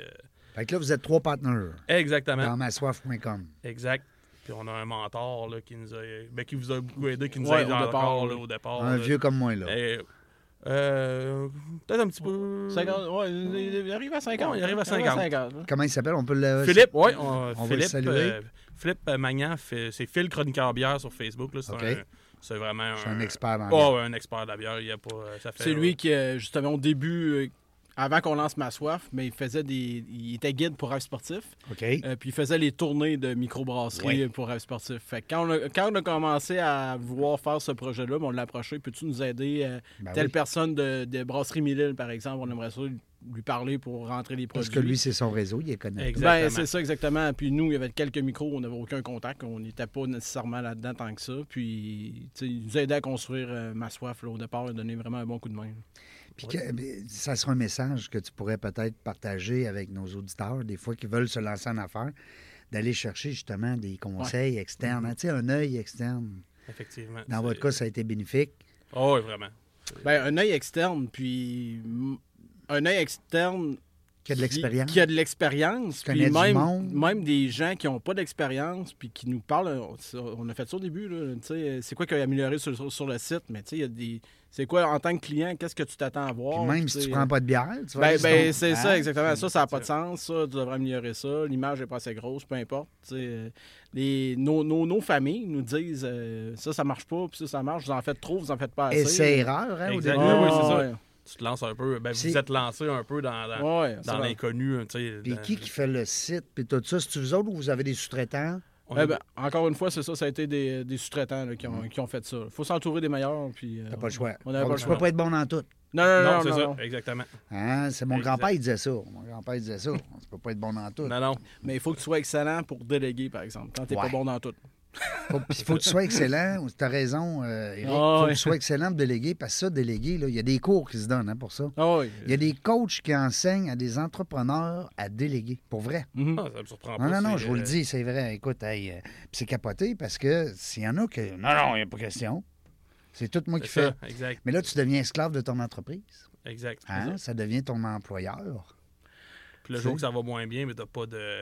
Fait que là, vous êtes trois partenaires Exactement. dans massoif.com. Exact. Puis on a un mentor là, qui nous a. ben, qui vous a beaucoup aidé, qui nous Ouais, a aidé au encore départ, là, oui. au départ. Un là. vieux comme moi, là. Eh, Euh, Peut-être un petit peu. 50, ouais, il arrive à 50. Ouais, il arrive à 50. Comment il s'appelle? On peut le... Philippe, oui. On, Euh, On va le Philippe, saluer. euh, Philippe Magnan, fait- c'est Phil Chroniqueur Bière sur Facebook. là. C'est OK. un- c'est vraiment un. C'est un expert dans Oh, ouais, un expert de la bière. Il y a pas, euh, ça fait, C'est euh, lui qui, euh, justement, au début, euh, avant qu'on lance Ma Soif, mais il faisait des. Il était guide pour rêve sportif. OK. Ben Euh, puis il faisait les tournées de microbrasserie pour rêve sportif. Fait que quand, on a, quand on a commencé à vouloir faire ce projet-là, ben, on l'a approché. Peux-tu nous aider? euh, Ben telle oui. personne de, de Brasserie Mille, par exemple, on aimerait ça lui parler pour rentrer les Parce produits. que lui, c'est son réseau, il est connaît. Exactement. Ben, c'est ça, exactement. Puis nous, il y avait quelques micros, on n'avait aucun contact, on n'était pas nécessairement là-dedans tant que ça. Puis, tu sais, il nous a aidé à construire euh, Ma Soif, là, au départ, il a donné vraiment un bon coup de main. Puis que- mais ça sera un message que tu pourrais peut-être partager avec nos auditeurs, des fois qui veulent se lancer en affaires, d'aller chercher justement des conseils externes, Mm-hmm. hein, tu sais, un œil externe. Effectivement. Dans C'est- votre cas, ça a été bénéfique. Oh, oui, vraiment. Ben, un œil externe, puis mm, un œil externe Qui a de l'expérience. Qui, a de l'expérience. Qui Puis connaît du même, monde. même des gens qui n'ont pas d'expérience, puis qui nous parlent. On, ça, on a fait ça au début, là, tu sais, c'est quoi qu'il y a amélioré sur, sur- sur le site, mais tu sais, il y a des. C'est quoi, en tant que client, qu'est-ce que tu t'attends à voir? Puis même tu si sais, tu prends pas de bière, tu vas Ben, aller sur ben, ton- c'est Ah, ça, exactement. Ça, ça n'a pas de sens. Ça, tu devrais améliorer ça. L'image n'est pas assez grosse, peu importe. tu sais. Euh, Les, nos, nos- nos familles nous disent euh, ça, ça marche pas, puis ça, ça marche. Vous en faites trop, vous en faites pas assez. Et c'est erreur, hein, au Exact. début. Oui, oui, Ah, c'est ça. ouais. Tu te lances un peu. Ben, vous C'est- êtes lancé un peu dans, dans, Ouais, dans ça va. l'inconnu. hein, tu sais, Puis dans- qui qui fait le site, puis tout ça, c'est-tu vous autres ou vous avez des sous-traitants? on Eh est- ben, encore une fois, c'est ça, ça a été des, des sous-traitants là, qui, ont, qui ont fait ça. faut s'entourer des meilleurs. Puis, euh, T'as pas le choix. On n'avait Donc, pas le tu choix. peux pas être bon dans tout. Non, non, non, non, c'est non, ça, non. exactement. Hein? C'est mon Exact. grand-père, il disait ça. Mon grand-père, il disait ça. Tu peux pas être bon dans tout. Non, non. Mais il faut que tu sois excellent pour déléguer, par exemple, quand tu Ouais. pas bon dans tout. Faut, il faut que tu sois excellent. ou- T'as raison, euh, Eric. Ah, faut que ouais. tu sois excellent pour déléguer. Parce que ça, déléguer, là, il y a des cours qui se donnent hein, pour ça. Ah oui. Il y a des coachs qui enseignent à des entrepreneurs à déléguer, pour vrai. Mhm. Ah, ça me surprend Non, pas. non, non, c'est, je vous le euh, dis, c'est vrai. Écoute, hey, euh, puis c'est capoté parce que s'il y en a que. Non, non, il n'y a pas question. C'est tout moi qui C'est fais. ça, exact, Mais là, tu deviens esclave de ton entreprise. exact. hein, Ça devient ton employeur. Puis le jour que ça va moins bien, mais t'as pas de,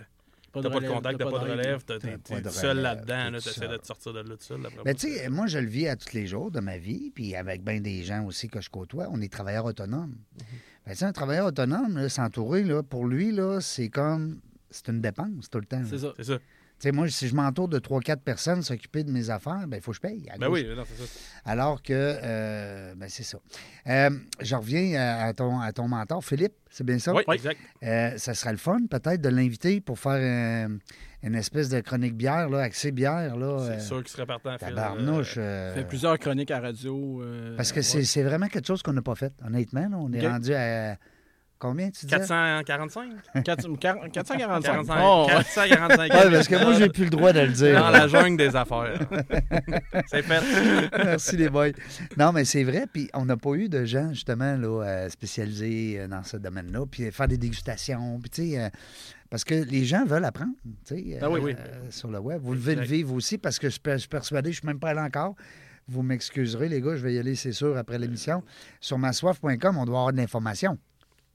Pas t'as pas de relève, contact, t'as pas de relève, t'as- T'as t'es pas de t'es seul relève, là-dedans, t'es là, tout t'essaies de seul. te sortir de là tout seul. après Mais ça. tu sais, moi, je le vis à tous les jours de ma vie, puis avec bien des gens aussi que je côtoie, on est travailleurs autonomes. Mhm. Ben, tu sais, un travailleur autonome, là, s'entourer, là, pour lui, là, c'est comme. C'est une dépense tout le temps. là. C'est Tu ça. C'est ça. sais, moi, si je m'entoure de 3-4 personnes s'occuper de mes affaires, ben, il faut que je paye. à Ben gauche. oui, non, c'est ça. Alors que, euh, ben, c'est ça. Euh, je reviens à à ton, à ton mentor, Philippe, c'est bien ça? Oui, exact. Euh, ça serait le fun, peut-être, de l'inviter pour faire euh, une espèce de chronique bière, là, accès bière, là. euh, C'est sûr qu'il serait partant à faire. tabarnouche, Ça euh, fait plusieurs chroniques à radio. euh, Parce que c'est c'est vraiment quelque chose qu'on n'a pas fait, honnêtement. là. on est Ok. rendu à combien, tu dis? 445? ouais. Quatre- quar- 445. 45, Oh, ouais. 445. Oui, parce que moi, j'ai plus le droit de le dire. Dans la jungle des affaires. c'est fait. Merci les boys. Non, mais c'est vrai, puis on n'a pas eu de gens justement là, euh, spécialisés euh, dans ce domaine-là, puis faire des dégustations, puis tu sais, euh, parce que les gens veulent apprendre, tu sais, euh, Ah oui, oui. euh, sur le web. Vous devez le Exact. vivre aussi, parce que je suis je suis persuadé, je suis même pas allé encore. Vous m'excuserez, les gars, je vais y aller, c'est sûr, après l'émission. Sur massoif.com, on doit avoir de l'information.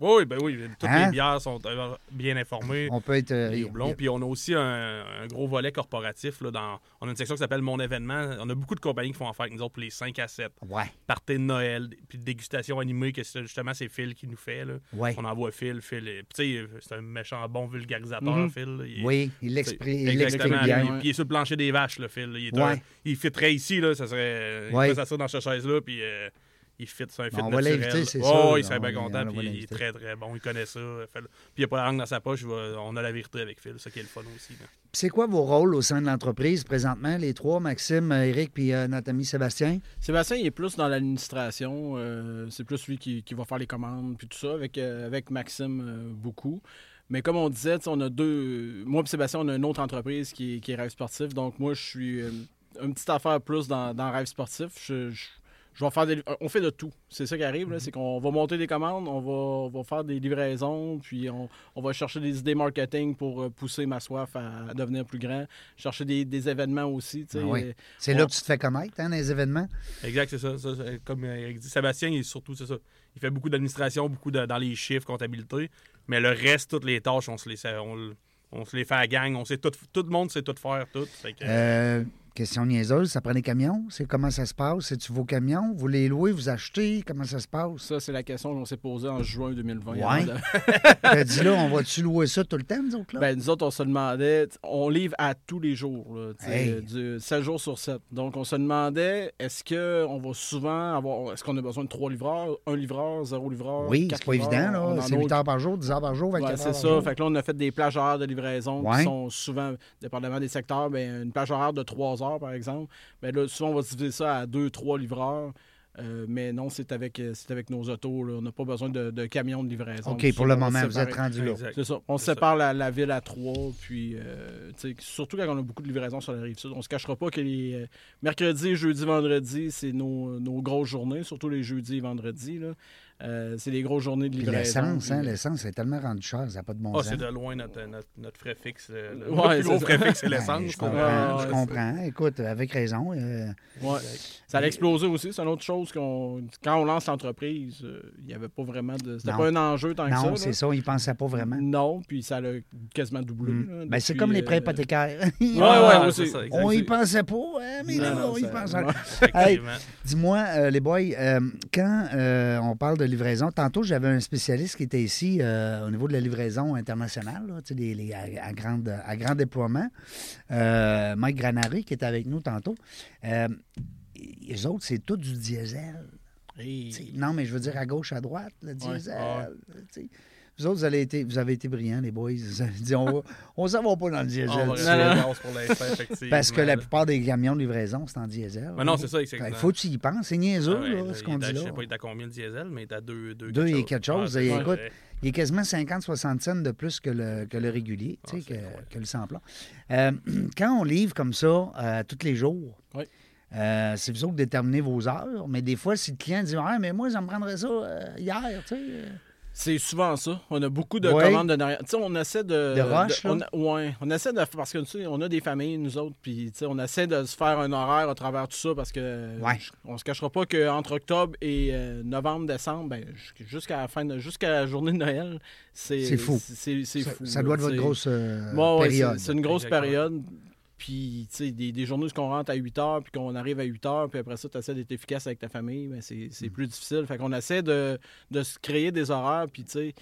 Oui, ben oui, toutes Hein? les bières sont euh, bien informées. On peut être... euh, les y- houblons. Puis on a aussi un, un gros volet corporatif. Là, dans, on a une section qui s'appelle Mon événement. On a beaucoup de compagnies qui font affaire avec nous autres pour les 5 à 7. Ouais, Partez de Noël, puis de dégustation animée, que c'est- justement c'est Phil qui nous fait. Là. ouais. On envoie Phil. Phil est- puis tu sais, c'est un méchant bon vulgarisateur, Mm-hmm. Mhm. Phil. là. Il est- Oui, il tu sais, l'exprime il l'exprime Exactement. bien. Puis- puis il est sur le plancher des vaches, le Phil. Il, est Ouais. un- il fitterait ici, là, ça serait. Ouais. Il serait dans cette chaise-là, puis euh, il fit, c'est un fit Bon, on va naturel. l'inviter, c'est Ouais, sûr. ouais, il serait On- bien on va content, puis il est l'inviter. très, très bon. Il connaît ça. Fait- Puis il n'y a pas la langue dans sa poche. il va- On a la vérité avec Phil, ça qui est le fun aussi. là. Puis C'est quoi vos rôles au sein de l'entreprise présentement, les trois, Maxime, euh, Eric, puis euh, notre ami Sébastien? Sébastien, il est plus dans l'administration. euh, c'est plus lui qui, qui va faire les commandes, puis tout ça, avec, euh, avec Maxime euh, beaucoup. Mais comme on disait, tu sais, on a deux. Moi et Sébastien, on a une autre entreprise qui, est- qui est Rêve Sportif. Donc, moi, je suis euh, une petite affaire plus dans, dans Rêve Sportif. Je, je- je vais faire des- euh, On fait de tout. C'est ça qui arrive. Mm-hmm. là. C'est qu'on va monter des commandes, on va, on va faire des livraisons, puis on, on va chercher des idées marketing pour euh, pousser ma soif à, à devenir plus grand. Chercher des, des événements aussi. tu sais. Ah oui. C'est Ouais. là que tu te fais connaître, hein, dans les événements? Exact, c'est ça. Ça, c'est- Comme Eric dit, Sébastien, il est surtout, c'est ça. Il fait beaucoup d'administration, beaucoup de- dans les chiffres, comptabilité. Mais le reste, toutes les tâches, on se les, on, le- on se les fait à la gang. On sait tout, tout le monde sait tout faire, tout. Fait que- Euh, Question niaiseuse, ça prend des camions? C'est comment ça se passe? C'est-tu vos camions? Vous les louez, vous achetez? Comment ça se passe? Ça, c'est la question qu'on s'est posée en juin 2020. Ouais. avant Hein, de- T'as dit là, on va-tu louer ça tout le temps, nous autres, là? Ben, nous autres, on se demandait, t- on livre à tous les jours, là, tu sais, Hey. du 7 jours sur 7. Donc, on se demandait, est-ce qu'on va souvent avoir, est-ce qu'on a besoin de trois livreurs, un livreur, zéro livreur? oui, quatre c'est pas évident, livreurs, on en là. a C'est 8 heures par jour, 10 heures par jour, 24 Ouais, heures c'est par ça. jour. Fait que là, on a fait des plages horaires de livraison Ouais. qui sont souvent, dépendamment des secteurs, ben, une plage horaire de 3 heures, par exemple. Ben, là, souvent, on va diviser ça à 2-3 livreurs. Euh, mais non, c'est avec, euh, c'est avec nos autos. là. On n'a pas besoin de, de camions de livraison. OK, pour le Souvent, on moment, va vous séparer. êtes rendu là. Exact. C'est ça. On C'est ça. sépare la, la ville à trois, puis euh, tu sais, surtout quand on a beaucoup de livraisons sur la rive sud. On se cachera pas que les euh, mercredis, jeudi, vendredi, c'est nos, nos grosses journées, surtout les jeudis et vendredis. là. Euh, c'est les grosses journées de Puis livraison. l'essence, hein, Puis, l'essence est tellement rendu cher, ça n'a pas de bon Ah, sens. c'est de loin notre, notre, notre frais fixe. Le, le Ouais, plus gros c'est ça. frais fixe, c'est Ben, l'essence. je comprends, Ouais, ouais, je c'est- comprends. Écoute, avec raison. euh, ouais. Ça a explosé aussi. C'est une autre chose qu'on. Quand on lance l'entreprise, euh, il n'y avait pas vraiment de. C'était Non. pas un enjeu tant non, que ça. c'est là. ça, ils ne pensaient pas vraiment. Non, puis ça l'a quasiment doublé. Mm. là, Ben, c'est depuis, comme les prêts euh, hypothécaires. Ouais, ouais, Ah, c'est aussi. ça, exact. on y pensait pas, hein, mais là, Non, non, on y ça- pense. ouais. Effectivement. Dis-moi, euh, les boys, euh, quand euh, on parle de livraison, tantôt, j'avais un spécialiste qui était ici euh, au niveau de la livraison internationale, là, tu sais, des- les- à, à grande- à grand déploiement, euh, Mike Granary, qui était avec nous tantôt. Euh, les autres, c'est tout du diesel. Hey. tu sais. Non, mais je veux dire à gauche, à droite, le diesel. tu sais. Vous autres, vous avez, été, vous avez été brillants, les boys. Vous avez dit, on va- on s'en va pas dans le Ah, On diesel. va tout de rester suite. la base pour l'instant, effectivement. Ah Parce que la là. plupart des camions de livraison, c'est en diesel. Mais non, c'est ça, Il exactement. faut que tu y penses. C'est niaiseux, Ah ouais, là, là, ce il qu'on est à- dit là. Je sais pas, il est à combien le diesel, mais il est à 2 2 Deux et quelque chose, et écoute, ouais. Il est quasiment 50-60 cents de plus que le, que le régulier, tu sais, Ah, c'est que, incroyable. que le sans-plomb. Euh, quand on livre comme ça euh, tous les jours, Oui. euh, c'est vous autres qui déterminez vos heures, mais des fois, si le client dit Ah, mais moi, ça me prendrait ça euh, hier, tu sais. euh. C'est souvent ça. On a beaucoup de Ouais. commandes de derrière. Tu sais, on essaie de. De rush, de- là? on, a- ouais. On essaie de. Parce que, tu sais, on a des familles, nous autres. Puis, tu sais, on essaie de se faire un horaire à travers tout ça parce que. Ouais. je- on se cachera pas qu'entre octobre et euh, novembre, décembre, ben, j- jusqu'à la fin. de- Jusqu'à la journée de Noël, c'est. C'est fou. C'est c'est Ça, fou. ça là, doit être votre tu sais. grosse euh, Ouais, ouais, période. c'est- C'est une grosse Exactement. période. Puis, tu sais, des, des journées où on rentre à 8 heures, puis qu'on arrive à 8 heures, puis après ça, tu essaies d'être efficace avec ta famille, ben c'est Mm. c'est plus difficile. Fait qu'on essaie de, de se créer des horaires, puis tu sais,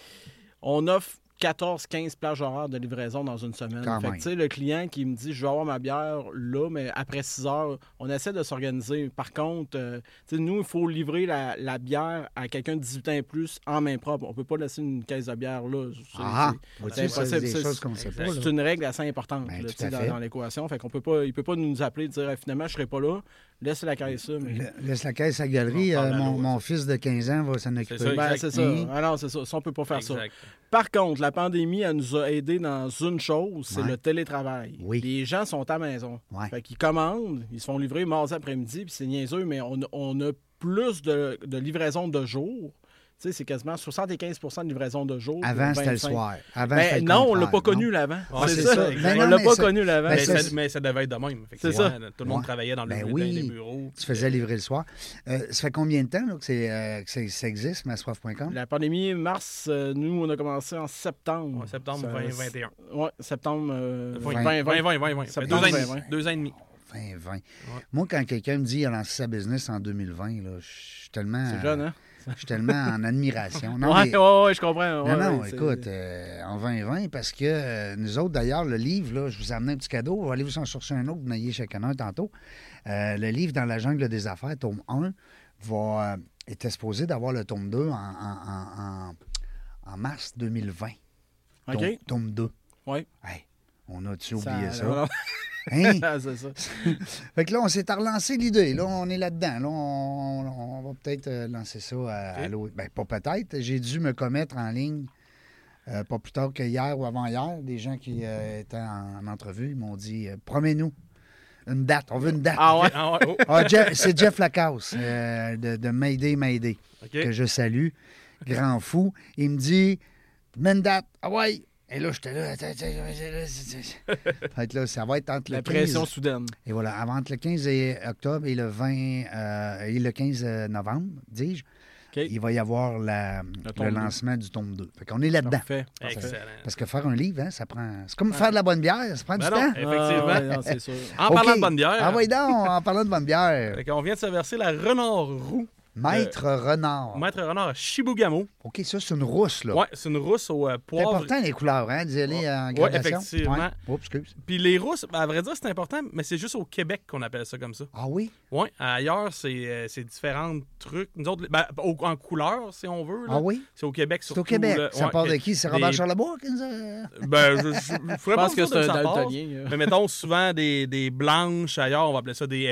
on offre 14-15 plages horaires de livraison dans une semaine. Quand fait que, même. tu sais, le client qui me dit, je vais avoir ma bière là, mais après 6 heures, on essaie de s'organiser. Par contre, euh, tu sais, nous, il faut livrer la, la bière à quelqu'un de 18 ans et plus en main propre. On peut pas laisser une caisse de bière là. C'est- Ah, c'est- ah, c'est vois-tu, ça, c'est impossible, des c'est- choses qu'on sait pas. exact. là. c'est une règle assez importante Ben, là, tout tu sais, à dans, fait. dans l'équation. Fait qu'on peut pas, il peut pas nous appeler et dire Ah, finalement je serai pas là, laisse la caisse ça. Mais... Le- Laisse la caisse à la galerie, On parle euh, à mon, l'eau, mon fils de 15 ans va s'en occuper. ça, Ben, exact. c'est ça. Mhm. Ah non, c'est ça. Ça, on peut pas faire ça. Exact. Ben, Par contre, la pandémie, elle nous a aidés dans une chose, c'est Ouais. le télétravail. Oui. Les gens sont à maison. Ouais. Fait qu'ils commandent, ils se font livrer mardi après-midi, puis c'est niaiseux, mais on, on a plus de, de livraison de jour. Tu sais, c'est quasiment 75 de livraison de jour. Avant, c'était le 25. soir. Avant, Ben, c'était le non, on l'a contraire, pas connu non? l'avant. Ah, c'est c'est ça. ça. Ben on non, l'a mais pas ça- connu l'avant. Ben, mais, ça, ça, mais ça devait être de même. C'est effectivement. ça. Tout le monde Ouais. travaillait dans, le, Ben dans oui. les bureaux. Tu faisais livrer le soir. Euh, ça fait combien de temps là, que, c'est, euh, que c'est- ça existe, massoif.com? La pandémie, mars, euh, nous, on a commencé en septembre. Ouais, septembre Ça- 2021. Ouais, septembre euh, 20, 20, 20, 20, 20. Ça fait deux, Septembre ans et demi. 20. deux ans et demi. 2020. Moi, quand quelqu'un me dit qu'il a lancé sa business en 2020, là, je suis tellement, C'est jeune, hein? je suis tellement en admiration. Ah. Non, ouais, mais- ouais, ouais, je comprends. Ah ouais, non, non, ouais, c'est- écoute, euh, en 2020, parce que euh, nous autres, d'ailleurs, le livre, là, je vous ai amené un petit cadeau, allez vous en chercher un autre, vous en ayez chacun un tantôt. Euh, le livre Dans la jungle des affaires, tome 1, va, euh, est exposé d'avoir le tome 2 en, en- en- en- en mars 2020. OK. Tome, tome 2. Ouais. Hey, on a-tu oublié ça? non, Hein? non, c'est ça. Fait que là, on s'est relancé l'idée. Là, on est là-dedans. Là, on, on- on va peut-être euh, lancer ça à, à Ok. l'autre. Ben, pas peut-être. J'ai dû me commettre en ligne, euh, pas plus tard que hier ou avant-hier. Des gens qui euh, étaient en, en entrevue ils m'ont dit euh, Promets-nous une date. On veut une date. Ah ouais? Ah ouais, oh, Ah, Jeff- c'est Jeff Lacasse euh, de, de Mayday Mayday OK. que je salue, grand fou. Il me dit Mets une date. Ah ouais. Et là, j'étais là. Attends, attends, attends, attends, attends. Fait que là, ça va être entre La le 15 pression soudaine. et voilà, avant le 15 et octobre et le 20 euh, et le 15 novembre, euh, dis-je, il va y avoir la- le, tome deux. lancement du tome 2. Fait qu'on est là-dedans. Parfait. Excellent. Parce que faire un livre, hein, ça prend. C'est comme faire de la bonne bière, ça prend Ben du non, temps. effectivement. Ah, ouais, non, c'est sûr. En parlant OK. de bonne bière, Ah oui, donc, en parlant de bonne bière. on vient de se verser la Renard Roux. Maître euh, Renard. Maître Renard à Shibugamo. OK, ça, c'est une rousse, là. Ouais, c'est une rousse au euh, C'est poivre. important, les couleurs, hein, dis-les en Ouais, gradation. effectivement. Ouais. Oups, excuse. Puis les rousses, ben, à vrai dire, c'est important, mais c'est juste au Québec qu'on appelle ça comme ça. Ah oui? Ouais, ailleurs, c'est euh, c'est différents trucs. Nous autres, ben, au- en couleur, si on veut. là. Ah oui? C'est au Québec, C'est surtout. au Québec. là. ça Ouais, part de que- qui? C'est des- Robert Charlebois qui nous a- Ben, je, je, je ferais Je pas pense que sûr de c'est un sa part. daltonien. euh. Mais mettons souvent des, des blanches ailleurs, on va appeler ça des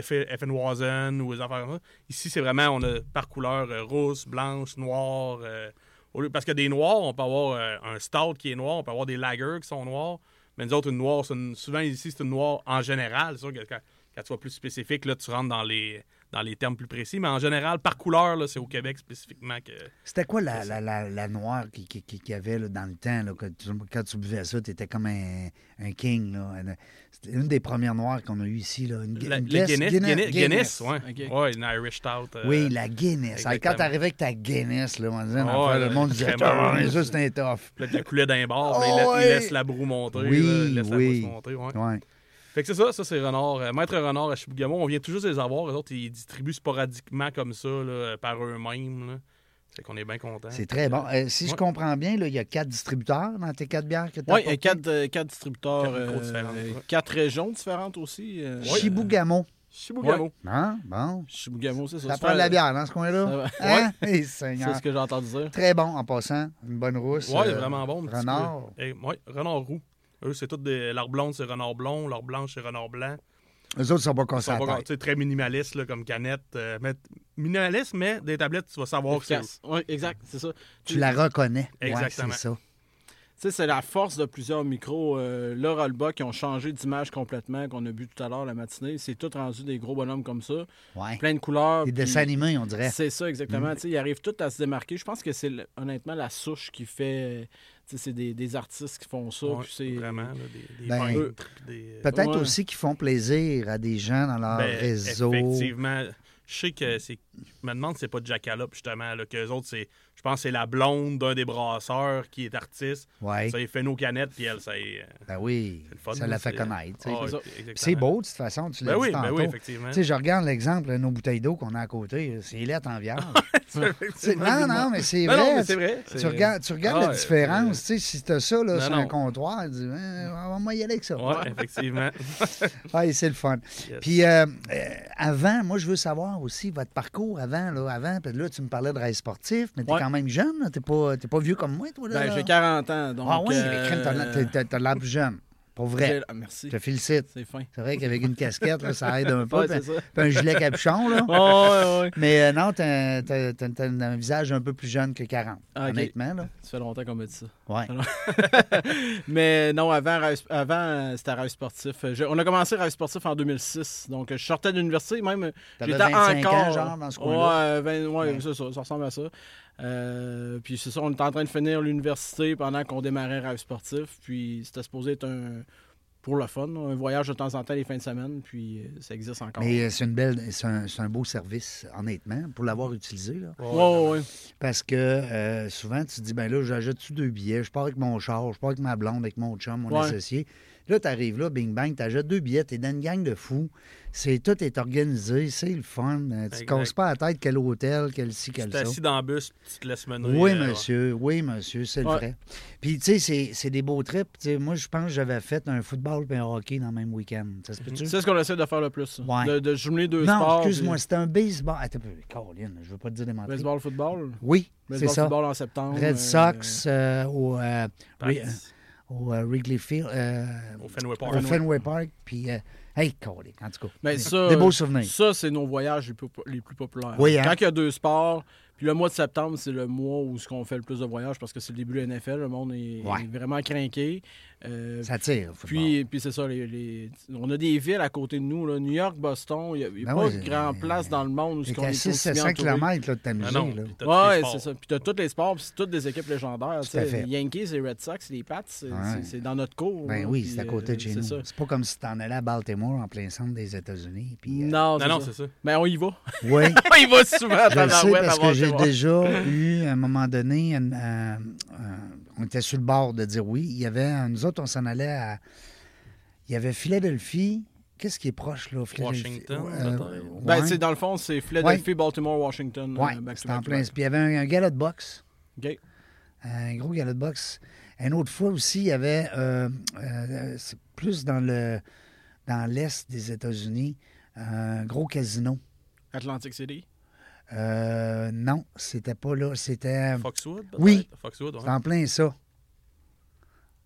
Wazen ou des affaires comme ça. Ici, c'est vraiment, on a par couleur euh, rousse, blanche, noire. euh, au lieu- parce que des noirs, on peut avoir euh, un stout qui est noir, on peut avoir des lagers qui sont noirs. Mais nous autres, une noire, c'est une- souvent ici, c'est une noire en général. C'est sûr que quand, quand tu vas plus spécifique, là, tu rentres dans les, dans les termes plus précis. Mais en général, par couleur, là, c'est au Québec spécifiquement que. C'était quoi la, la, la, la noire qui- qui- qui- qu'il y avait là, dans le temps? Là, quand, tu, quand tu buvais ça, tu étais comme un, un king. Là. Une- C'était une des premières noires qu'on a eues ici. Là. Une, gu- La- une le Guess- Guinness, Guinness, Guinness, ouais. Ok. Ouais, une Irish Stout. euh, Oui, la Guinness. Ah, Exactement. Quand t'arrivais avec ta Guinness, là, on disait, Oh, enfin, le ouais, monde disait, vraiment. Ah, ça, c'est un tough. Peut-être le coulet d'un bar, Oh, il, la- il ouais. laisse la broue monter. Oui, là, il laisse oui. la broue monter, ouais. Ouais. Fait que c'est ça, ça c'est Renard. Euh, Maître Renard à Chibougamau, on vient toujours les avoir. Les autres, ils distribuent sporadiquement comme ça, là, par eux-mêmes. là. Fait qu'on est bien content. C'est très bon. Euh, si je Ouais. comprends bien, là, il y a quatre distributeurs dans tes quatre bières que tu as. Oui, et quatre, euh, quatre distributeurs, Quatre micros euh, différents, euh, ouais. quatre régions différentes aussi. euh. Chibougamau. Chibougamau. Hein? Bon. Chibougamau, c'est ça. Ça se prend de fait- la bière dans ce coin-là. ça- Hein? Eh, C'est Seigneur. ce que j'ai entendu dire. Très bon en passant. Une bonne rousse. Ouais, euh, vraiment bon. un petit renard. peu. Eh, ouais, renard roux. Eux, c'est tout des. Leur blonde, c'est renard blond. Leur blanche, c'est renard blanc. Eux autres, ils sont pas Ils cassés sont à pas- tête. tu sais, très minimaliste là, comme canette. euh, mais, minimaliste, mais des tablettes, tu vas savoir que c'est. Efficace. Ouais, exact, c'est ça. Tu la reconnais. Ouais, Exactement. c'est ça. Tu sais, c'est la force de plusieurs micros. Euh, là, Rolba, qui ont changé d'image complètement, qu'on a bu tout à l'heure la matinée, c'est tout rendu des gros bonhommes comme ça, Ouais. plein de couleurs. Les puis- dessins animés, on dirait. C'est ça, exactement. Mm. Tu sais, Ils arrivent tous à se démarquer. Je pense que c'est le- honnêtement la souche qui fait. tu sais, C'est des, des artistes qui font ça. Ouais, puis c'est- Vraiment, là, des, des Ben, peintres, puis des- euh, Peut-être Ouais. aussi qu'ils font plaisir à des gens dans leur Ben, réseau. Effectivement. Je sais que c'est. Je me demande si c'est pas Jackalope, justement. Là, qu'eux autres, c'est. Je pense que c'est la blonde d'un des brasseurs qui est artiste. Ouais. Ça, il fait nos canettes, puis elle, ça. y- euh, Ben oui, le fun, ça là, la fait c'est- connaître. tu sais. ah, c'est ça. exactement. Puis c'est beau, de toute façon, tu l'as Ben dit oui, ben tantôt. oui, effectivement. Tu sais, je regarde l'exemple de nos bouteilles d'eau qu'on a à côté, c'est lettre en viande. C'est- Effectivement, non, non, mais c'est Ben vrai. non, mais c'est vrai. Tu- Tu C'est- regardes, tu regardes Ah, la ouais, différence. Tu sais, si tu as ça là, Non, sur un non. comptoir, tu dis, Eh, on va y aller avec ça. Ouais, effectivement. Ouais, Ah, c'est le fun. Yes. Puis euh, euh, avant, moi, je veux savoir aussi votre parcours avant. Là, avant puis là tu me parlais de rêve sportif, mais tu es Ouais. quand même jeune. Tu n'es pas, t'es pas vieux comme moi, toi. Là, Ben, là. j'ai 40 ans. Donc, Ah oui, euh, mais crème, t'as- t'as- t'as- t'as l'air plus jeune. Pour vrai. j'ai- ah, Merci. Je te félicite. C'est fin. C'est vrai qu'avec une casquette, là, ça aide un peu. Ouais, puis- c'est ça. puis un gilet capuchon, là. Oh, ouais, ouais. Mais euh, non, t'as, t'as- t'as- t'as un visage un peu plus jeune que 40, Ah, ok. honnêtement. Là. Ça fait longtemps qu'on me dit ça. Ouais. Mais non, avant, Rêve- avant euh, c'était Rêve Sportif. Euh, je- on a commencé Rêve Sportif en 2006. Donc, euh, je sortais de l'université, même. euh, T'avais j'étais 25 ans, encore- genre, dans ce coin-là? Ouais, euh, vingt- ouais, Ouais. c'est ça. Ça ressemble à ça. Euh, puis, c'est ça, on était en train de finir l'université pendant qu'on démarrait Rêve Sportif. Puis, c'était supposé être un. Pour le fun, un voyage de temps en temps les fins de semaine, puis euh, ça existe encore. Mais euh, c'est, une belle, c'est, un, c'est un beau service, honnêtement, pour l'avoir utilisé. Là. Ouais, ouais, ouais. Parce que euh, souvent, tu te dis, ben là, j'ajoute-tu deux billets, je pars avec mon char, je pars avec ma blonde, avec mon chum, mon Ouais. associé. Là, tu arrives là, bing bang, t'ajoutes deux billets, t'es dans une gang de fous. C'est, tout est organisé, c'est le fun. Euh, Tu te Exact. casses pas la tête quel hôtel, quel ci, Tu quel t'es ça. assis dans le bus, tu te laisses mener. Oui, euh, ouais. monsieur. Oui, monsieur, c'est le Ouais. vrai. Puis, tu sais, c'est- c'est des beaux trips. Tu sais, moi, je pense que j'avais fait un football et un hockey dans le même week-end. Ça se peut-tu? C'est ce qu'on essaie de faire le plus. ça. Ouais. De, de jumeler Mhm. deux Non, sports. excuse-moi, puis c'était un baseball. Attends, un peu, Caroline, je veux pas te dire des menteries. Baseball, football. Oui, c'est Baseball, ça. football en septembre. euh, Red Sox euh, au, euh, Paris, Ri- au, euh, Wrigley Field, euh, Au Fenway au Park. Fenway Park. Puis, euh, hey, Caroline, en tout cas. Mais Ben, ça, des beaux souvenirs. Ça, c'est nos voyages les plus, les plus populaires. Oui, hein? Quand il y a deux sports, puis le mois de septembre, c'est le mois où ce qu'on fait le plus de voyages parce que c'est le début de la NFL. Le monde est, Ouais. est vraiment craqué. Euh, Ça tire. le football. puis, puis c'est ça, les, les- on a des villes à côté de nous, là, New York, Boston, il n'y a, il y a Ben pas oui, de grand place dans le monde où Fait est-ce qu'on qu'à est 6 aussi bien 700 entouré. km là, de ta Ah musique. non, là. puis t'as tous les Ouais, sports. c'est ça. Puis t'as tous les sports, puis c'est toutes des équipes légendaires. tu Tout à sais. fait. Les Yankees, les Red Sox, les Pats, c'est Ouais. c'est- c'est dans notre cours. Ben là, oui, puis, c'est à côté euh, de chez c'est nous. ça. C'est pas comme si t'en allais à Baltimore en plein centre des États-Unis. Puis, euh, Non, Non, non, c'est ça. Ben on y va. Oui, on y va souvent à je le sais Tabarouette parce avant que j'ai de voir. déjà eu, à un moment donné, une- euh, euh, on était sur le bord de dire oui. Il y avait, nous autres, on s'en allait à... Il y avait Philadelphie. Qu'est-ce qui est proche, là? Philadelphie? Washington, peut-être. Ben, ouais. c'est dans le fond, c'est Philadelphie, Baltimore, Washington. Ouais, euh, back to c'était en back to plein. back. Puis il y avait un, un gala de boxe. OK. un gros galop de boxe. Une autre fois aussi, il y avait, euh, euh, c'est plus dans le dans l'est des États-Unis, un gros casino. Atlantic City. Euh, non, c'était pas là, c'était Foxwood, peut-être? Euh, Oui. Foxwood, ouais. c'était en plein ça.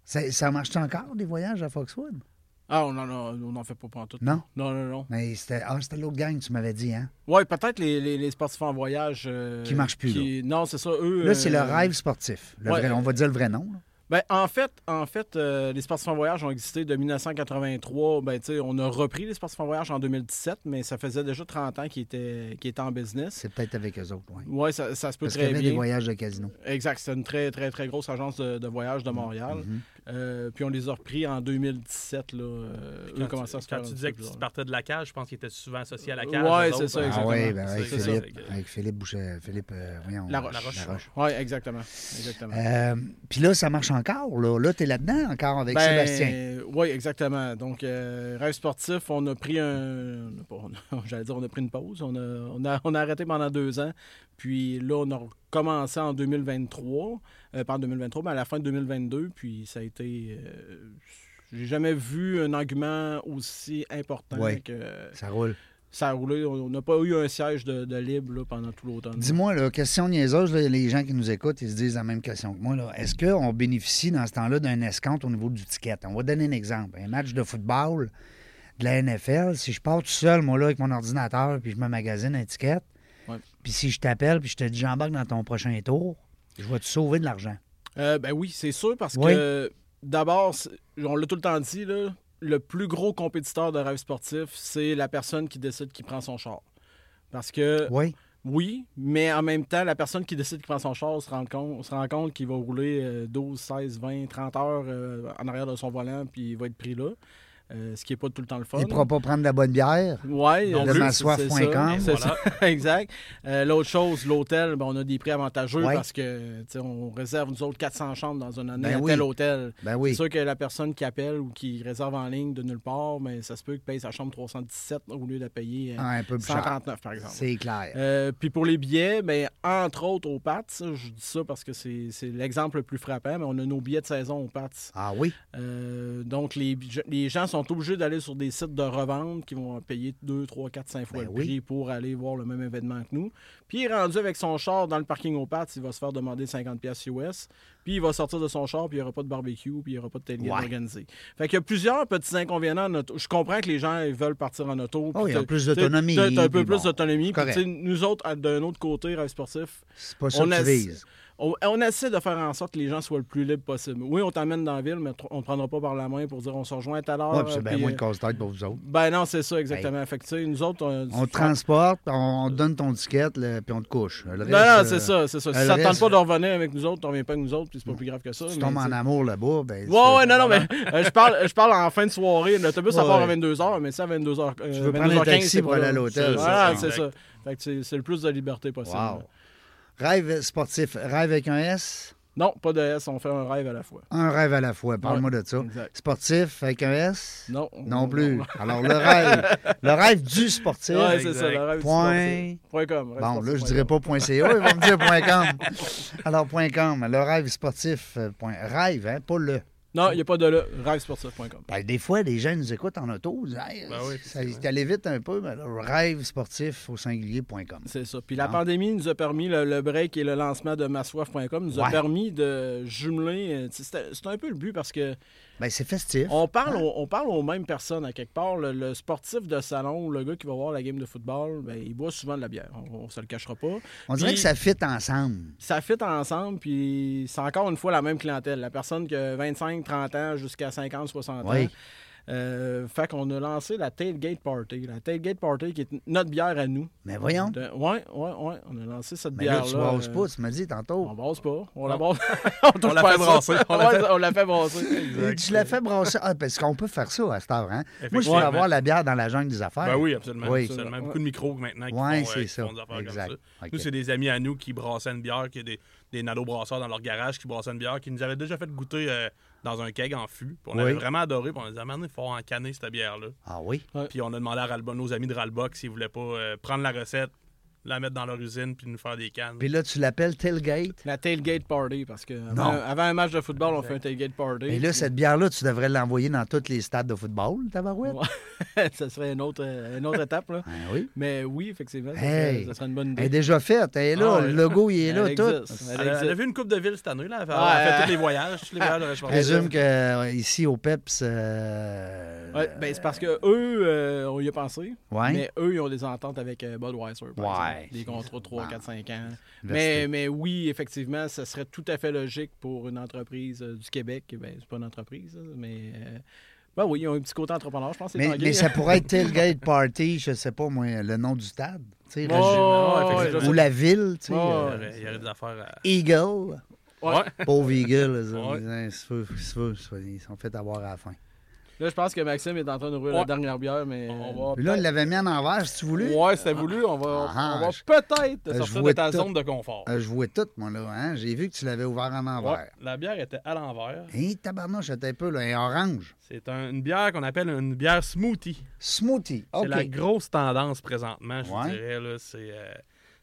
Ça, ça marche encore des voyages à Foxwood? Ah, on en, a- on en fait pas pour tout. Non, Non, non, non. mais c'était ah, c'était l'autre gang, tu m'avais dit, hein? Ouais, peut-être les, les, les sportifs en voyage. euh, Qui marchent plus, Non, c'est ça. Eux. Là, c'est le euh, rêve sportif. Le ouais. vrai- on va dire le vrai nom. là. Ben, en fait, en fait euh, les sportifs en voyage ont existé de 1983. Ben, tu sais, on a repris les sportifs en voyage en 2017, mais ça faisait déjà 30 ans qu'ils étaient, qu'ils étaient en business. C'est peut-être avec eux autres, oui. Oui, ça, ça se peut Parce qu'il y très avait bien. des voyages de casino. Exact, c'est une très, très, très grosse agence de, de voyage Mhm. de Montréal. Euh, puis on les a repris en 2017. Là, euh, eux Quand tu- commençaient à se quand faire tu un disais peu que tu bizarre. partais de la cage, je pense qu'il était souvent associé à la cage. Ouais, eux c'est ça, autres. hein. Ah exactement. oui, ben avec, C'est ça. euh, Philippe, avec Philippe Boucher, Philippe, euh, voyons, La Roche. La Roche. Oui, exactement. exactement. Euh, Puis là, ça marche encore. Là, là tu es là-dedans encore Ben, avec Sébastien. Oui, exactement. Donc, euh, rêve sportif, on a pris un. on a pas- on a- J'allais dire, on a pris une pause. On a, on, a, on a arrêté pendant deux ans. Puis là, on a recommencé en 2023. euh, pas en 2023, mais à la fin de 2022. Puis ça a été. euh, J'ai jamais vu un argument aussi important Ouais. que Ça roule. ça a roulé. On on n'a pas eu un siège de, de libre là, pendant tout l'automne. Dis-moi, là, question niaiseuse, là, les gens qui nous écoutent, ils se disent la même question que moi. là. Est-ce qu'on bénéficie dans ce temps-là d'un escompte au niveau du ticket? On va donner un exemple. Un match de football de la NFL, si je pars tout seul, moi, là, avec mon ordinateur, puis je me magasine un ticket, Ouais. puis si je t'appelle, puis je te dis j'embarque dans ton prochain tour, je vais te sauver de l'argent. Euh, ben oui, c'est sûr parce Oui. que d'abord, c'est- on l'a tout le temps dit, là, le plus gros compétiteur de rêve sportif, c'est la personne qui décide qui prend son char. Parce que Oui. oui, mais en même temps, la personne qui décide qui prend son char se rend compte, se rend compte qu'il va rouler euh, 12, 16, 20, 30 heures euh, en arrière de son volant puis il va être pris là. Euh, ce qui n'est pas tout le temps le fun. Il ne pourra pas prendre de la bonne bière. Ouais, Non euh, plus. c'est- Lemassoif.com. c'est ça. Et C'est voilà. ça, exact. Euh, L'autre chose, l'hôtel, ben, on a des prix avantageux Ouais. parce que tu sais, on réserve nous autres 400 chambres dans une année Ben à oui. tel hôtel. Ben oui. C'est sûr que la personne qui appelle ou qui réserve en ligne de nulle part, mais ça se peut qu'il paye sa chambre 317 au lieu de la payer euh, Ah, un peu plus cher. 139 par exemple. C'est clair. Euh, puis pour les billets, ben, entre autres au PATS, je dis ça parce que c'est c'est l'exemple le plus frappant, mais on a nos billets de saison au PATS. Ah oui? Euh, donc, les, les gens sont obligés d'aller sur des sites de revente qui vont payer 2, 3, 4, 5 fois Ben le oui. prix pour aller voir le même événement que nous. Puis, il est rendu avec son char dans le parking au PATS, il va se faire demander 50$ piastres US. Puis, il va sortir de son char, puis il n'y aura pas de barbecue, puis il n'y aura pas de tailgate Ouais. organisé. Fait qu'il y a plusieurs petits inconvénients. en auto. Je comprends que les gens ils veulent partir en auto. Oh, puis il y a t'as- plus t'as- d'autonomie, T'as t'as un peu puis plus bon, d'autonomie. Puis, correct. tu sais, nous autres, à- d'un autre côté, rêve sportif, C'est pas ça on que tu a- vises. on, on essaie de faire en sorte que les gens soient le plus libres possible. Oui, on t'emmène dans la ville, mais tr- on ne prendra pas par la main pour dire on se rejoint tout à l'heure. Ouais, puis c'est bien puis, moins de euh, casse-tête pour vous autres. ben non, c'est ça, exactement. Fait que, tu sais, nous autres, on, On te transporte, on, on te donne ton ticket, là, puis on te couche. Le Non, reste, non, euh, c'est ça, c'est ça. le Si ça ne tente reste- Mm. pas de revenir avec nous autres, on ne revient pas avec nous autres, puis c'est pas plus grave que ça. Tu mais, tombes en tu sais. amour là-bas, ben. tu- Ouais, ouais, non, non, mais euh, je, parle, je parle en fin de soirée. L'autobus, ça Ouais, part ouais. à 22h, mais c'est à 22h. euh, Tu veux prendre un 22h15, taxi c'est pour pas aller là. à l'hôtel, C'est- c'est ça. Voilà, c'est ça. Fait que c'est c'est le plus de liberté possible. Wow. Rêve sportif, rêve avec un S, Non, pas de S, on fait un rêve à la fois. un rêve à la fois. Parle-moi de ça. exact. Sportif avec un S? Non. Non plus. Alors le rêve, le rêve du sportif. Ouais, c'est Exact. ça, le rêve du Point. sportif. Point com. rêve Bon, sportif, là, je point dirais com. pas .ca, ils vont me dire point .com. Alors, point .com, le rêve sportif, euh, point, rêve, hein, pas le. Non, il n'y a pas de là. Rêvesportif.com. Ben, des fois, les gens nous écoutent en auto. Ils disent, Hey, Ben oui, ça est allé vite un peu, mais le rêve sportif au singulier.com. C'est ça. Puis la Bon. pandémie nous a permis, le, le break et le lancement de massoif.com nous Ouais. a permis de jumeler. euh, tu sais, C'était c'était un peu le but parce que Ben, c'est festif. On parle, aux, on parle aux mêmes personnes à quelque part. Le, le sportif de salon, le gars qui va voir la game de football, ben, il boit souvent de la bière. On, on se le cachera pas. On dirait Puis- que ça fit ensemble. ça fit ensemble, puis c'est encore une fois la même clientèle. La personne qui a 25, 30 ans jusqu'à 50, 60 ans. Oui. Euh, fait qu'on a lancé la Tailgate Party. La Tailgate Party qui est notre bière à nous. Mais voyons. De- Ouais, ouais, ouais. On a lancé cette Mais Ben là, bière-là. tu brosses euh, pas, tu me dis On tantôt. brasse pas. On la Non. brasse. touche On la pas fait à ça. brasser. On la Ouais, fait- on la fait brasser. Et tu l'as fait brasser. Ah, parce qu'on peut faire ça à cette heure, hein? Moi, je Effectivement. veux avoir la bière dans la jungle des affaires. Ben oui, absolument. Oui. absolument. Beaucoup de micros maintenant qui, Ouais, font, euh, c'est qui ça. font des affaires Exact. comme ça. Ok. Nous, c'est des amis à nous qui brassaient une bière, qui des, des nano-brasseurs dans leur garage qui brassaient une bière, qui nous avaient déjà fait goûter euh, dans un keg en fût. Puis on Oui. avait vraiment adoré. Puis on les a demandé, il faut encanner cette bière-là. Ah oui? Puis on a demandé à Ralba- nos amis de Ralbox s'ils voulaient pas euh, prendre la recette, la mettre dans leur usine, puis nous faire des cannes. Puis là, tu l'appelles tailgate. La Tailgate Party, parce que Non. avant, avant un match de football, on fait un Tailgate Party. Et là, cette bière-là, tu devrais l'envoyer dans tous les stades de football, tabarouette. Ouais. ça serait une autre, euh, une autre étape. Là. Ben oui. Mais oui, effectivement, ça, Hey. serait, ça serait une bonne idée. Elle est déjà faite. Elle est là. Ah, le ouais. logo, il est Elle là, tout. existe. elle, a, elle a vu une coupe de ville cette année, là. Elle a, Ouais. elle a fait tous les voyages, tous les voyages de la Je Chouarte. présume que euh, ici au PEPS. euh, Ouais, ben, c'est parce que eux, euh, on y a pensé, ouais. mais eux, ils ont des ententes avec euh, Budweiser. par Ouais. exemple. Des contrats de 3, 4, 5 ans. Diversité. Mais, mais oui, effectivement, ça serait tout à fait logique pour une entreprise euh, du Québec. Ben, c'est pas une entreprise, là, mais. euh, ben oui, ils ont un petit côté entrepreneur, je pense. les Mais, Tanguay. mais ça pourrait être Tailgate Party, je sais pas moi, le nom du stade. tu sais, Ouais, région- ouais, Ouais, ouais, effectivement. ou la ville, tu sais. Ouais. euh, Il y aurait- il y aurait des affaires Eagle. à. Ouais. Ouais. Pauvre Eagle, hein, ils Ouais. ils sont fait avoir à la fin. Là, je pense que Maxime est en train d'ouvrir la Ouais. dernière bière, mais. On Puis là, il l'avait mis en envers, si tu voulais. Ouais, c'était voulu. On va, Ah, on va je- Euh, peut-être je sortir vois de ta tout. zone de confort. Euh, je jouais tout, moi, là. hein. J'ai vu que tu l'avais ouvert en Ouais, envers. La bière était à l'envers. Hé, tabarnouche, attends un peu, là, un orange. C'est un- une bière qu'on appelle une bière smoothie. Smoothie, C'est OK. la grosse tendance présentement, je vous Ouais. dirais. là. C'est euh,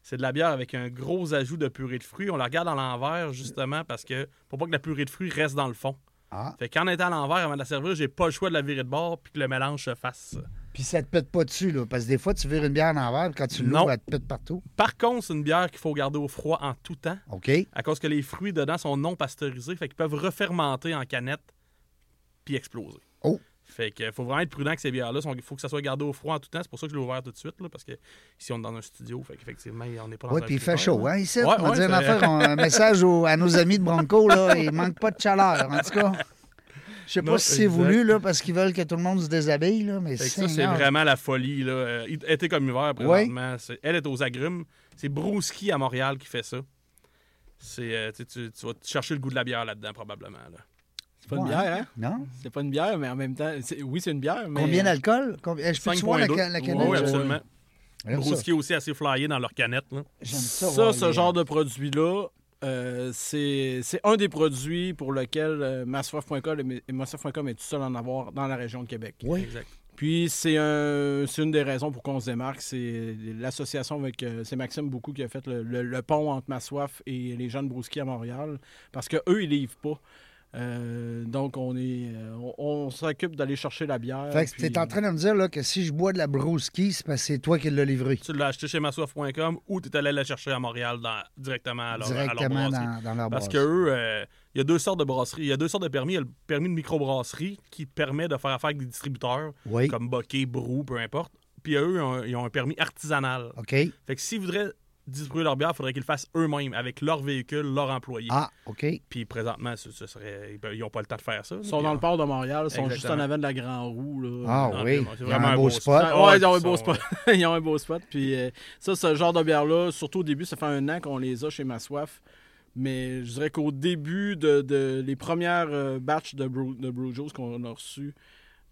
c'est de la bière avec un gros ajout de purée de fruits. On la regarde à l'envers, justement, parce que pour pas que la purée de fruits reste dans le fond. Ah. Fait qu'en étant à l'envers avant de la servir, j'ai pas le choix de la virer de bord puis que le mélange se fasse. Puis ça te pète pas dessus, là, parce que des fois, tu vires une bière en envers, puis quand tu l'ouvres, Non. elle te pète partout. Par contre, c'est une bière qu'il faut garder au froid en tout temps, OK? à cause que les fruits dedans sont non pasteurisés, fait qu'ils peuvent refermenter en canette puis exploser. Oh. Fait que faut vraiment être prudent avec ces bières-là. Il faut que ça soit gardé au froid en tout temps. C'est pour ça que je l'ai ouvert tout de suite, là, parce que ici, on est dans un studio. Fait qu'effectivement, on n'est pas dans Oui, un puis il fait frigidaire, chaud, là. hein, ici. Ouais, on va ouais, dire une c'est- affaire, on- un message au- à nos amis de Bronco, là, il manque pas de chaleur, en tout cas. Je sais pas Non, si c'est exact. voulu, là, parce qu'ils veulent que tout le monde se déshabille, là, mais Fait c'est... que ça, c'est vraiment la folie. Là. Euh, it- été comme hiver, présentement. C'est- Elle est aux agrumes. C'est Brouski à Montréal qui fait ça. C'est, euh, tu, sais, tu- tu vas chercher le goût de la bière là-dedans, probablement. là. C'est pas une bière, hein? Non? C'est pas une bière, mais en même temps, c'est- oui, c'est une bière. Mais... euh, Combien d'alcool? Combien- Eh, Je peux-tu voir la, 5.2. ca- la canette? Oui, Ouais, absolument. J'aime ça. Brouski aussi assez flyé dans leur canette. là. J'aime ça, Ça, voir ce les- genre de produit-là, euh, c'est c'est un des produits pour lequel euh, Massoif.com est- et Massoif.com est tout seul à en avoir dans la région de Québec. Oui. Exact. Puis c'est un- c'est une des raisons pour qu'on se démarque, c'est l'association avec euh, c'est Maxime Beaucoup qui a fait le, le- le pont entre Massoif et les gens de Brouski à Montréal, parce que eux ils livrent pas. Euh, donc on est euh, on, on s'occupe d'aller chercher la bière. Fait que puis- t'es en train de me dire là, que si je bois de la brouski, c'est parce que c'est toi qui l'as livré. Tu l'as acheté chez massoif.com ou tu es allé la chercher à Montréal dans- directement à leur, à leur directement brasserie. dans, dans leur Parce brasse. que eux, euh, il y a deux sortes de brasseries. Il y a deux sortes de permis. Il y a le permis de microbrasserie qui te permet de faire affaire avec des distributeurs Oui. comme Bokeh, Brou, peu importe. Puis eux, ils ont, un- ils ont un permis artisanal. OK. Fait que s'ils voudraient distribuer leur bière, il faudrait qu'ils le fassent eux-mêmes avec leur véhicule, leur employé. Ah, OK. Puis présentement, ce, ce serait, ils peuvent- ils n'ont pas le temps de faire ça. Ils sont dans le port de Montréal, ils sont juste en Exactement. avant de la Grand Roue. là. Ah non, oui. non, c'est Il y a vraiment un beau spot. Ouais, ouais, ils ont un ils beau sont- spot. ils ont un beau spot. Puis euh, ça, ce genre de bière-là, surtout au début, ça fait un an qu'on les a chez Ma Soif. Mais je dirais qu'au début de, de- les premières euh, batches de Brew, de Brew Juice qu'on a reçues,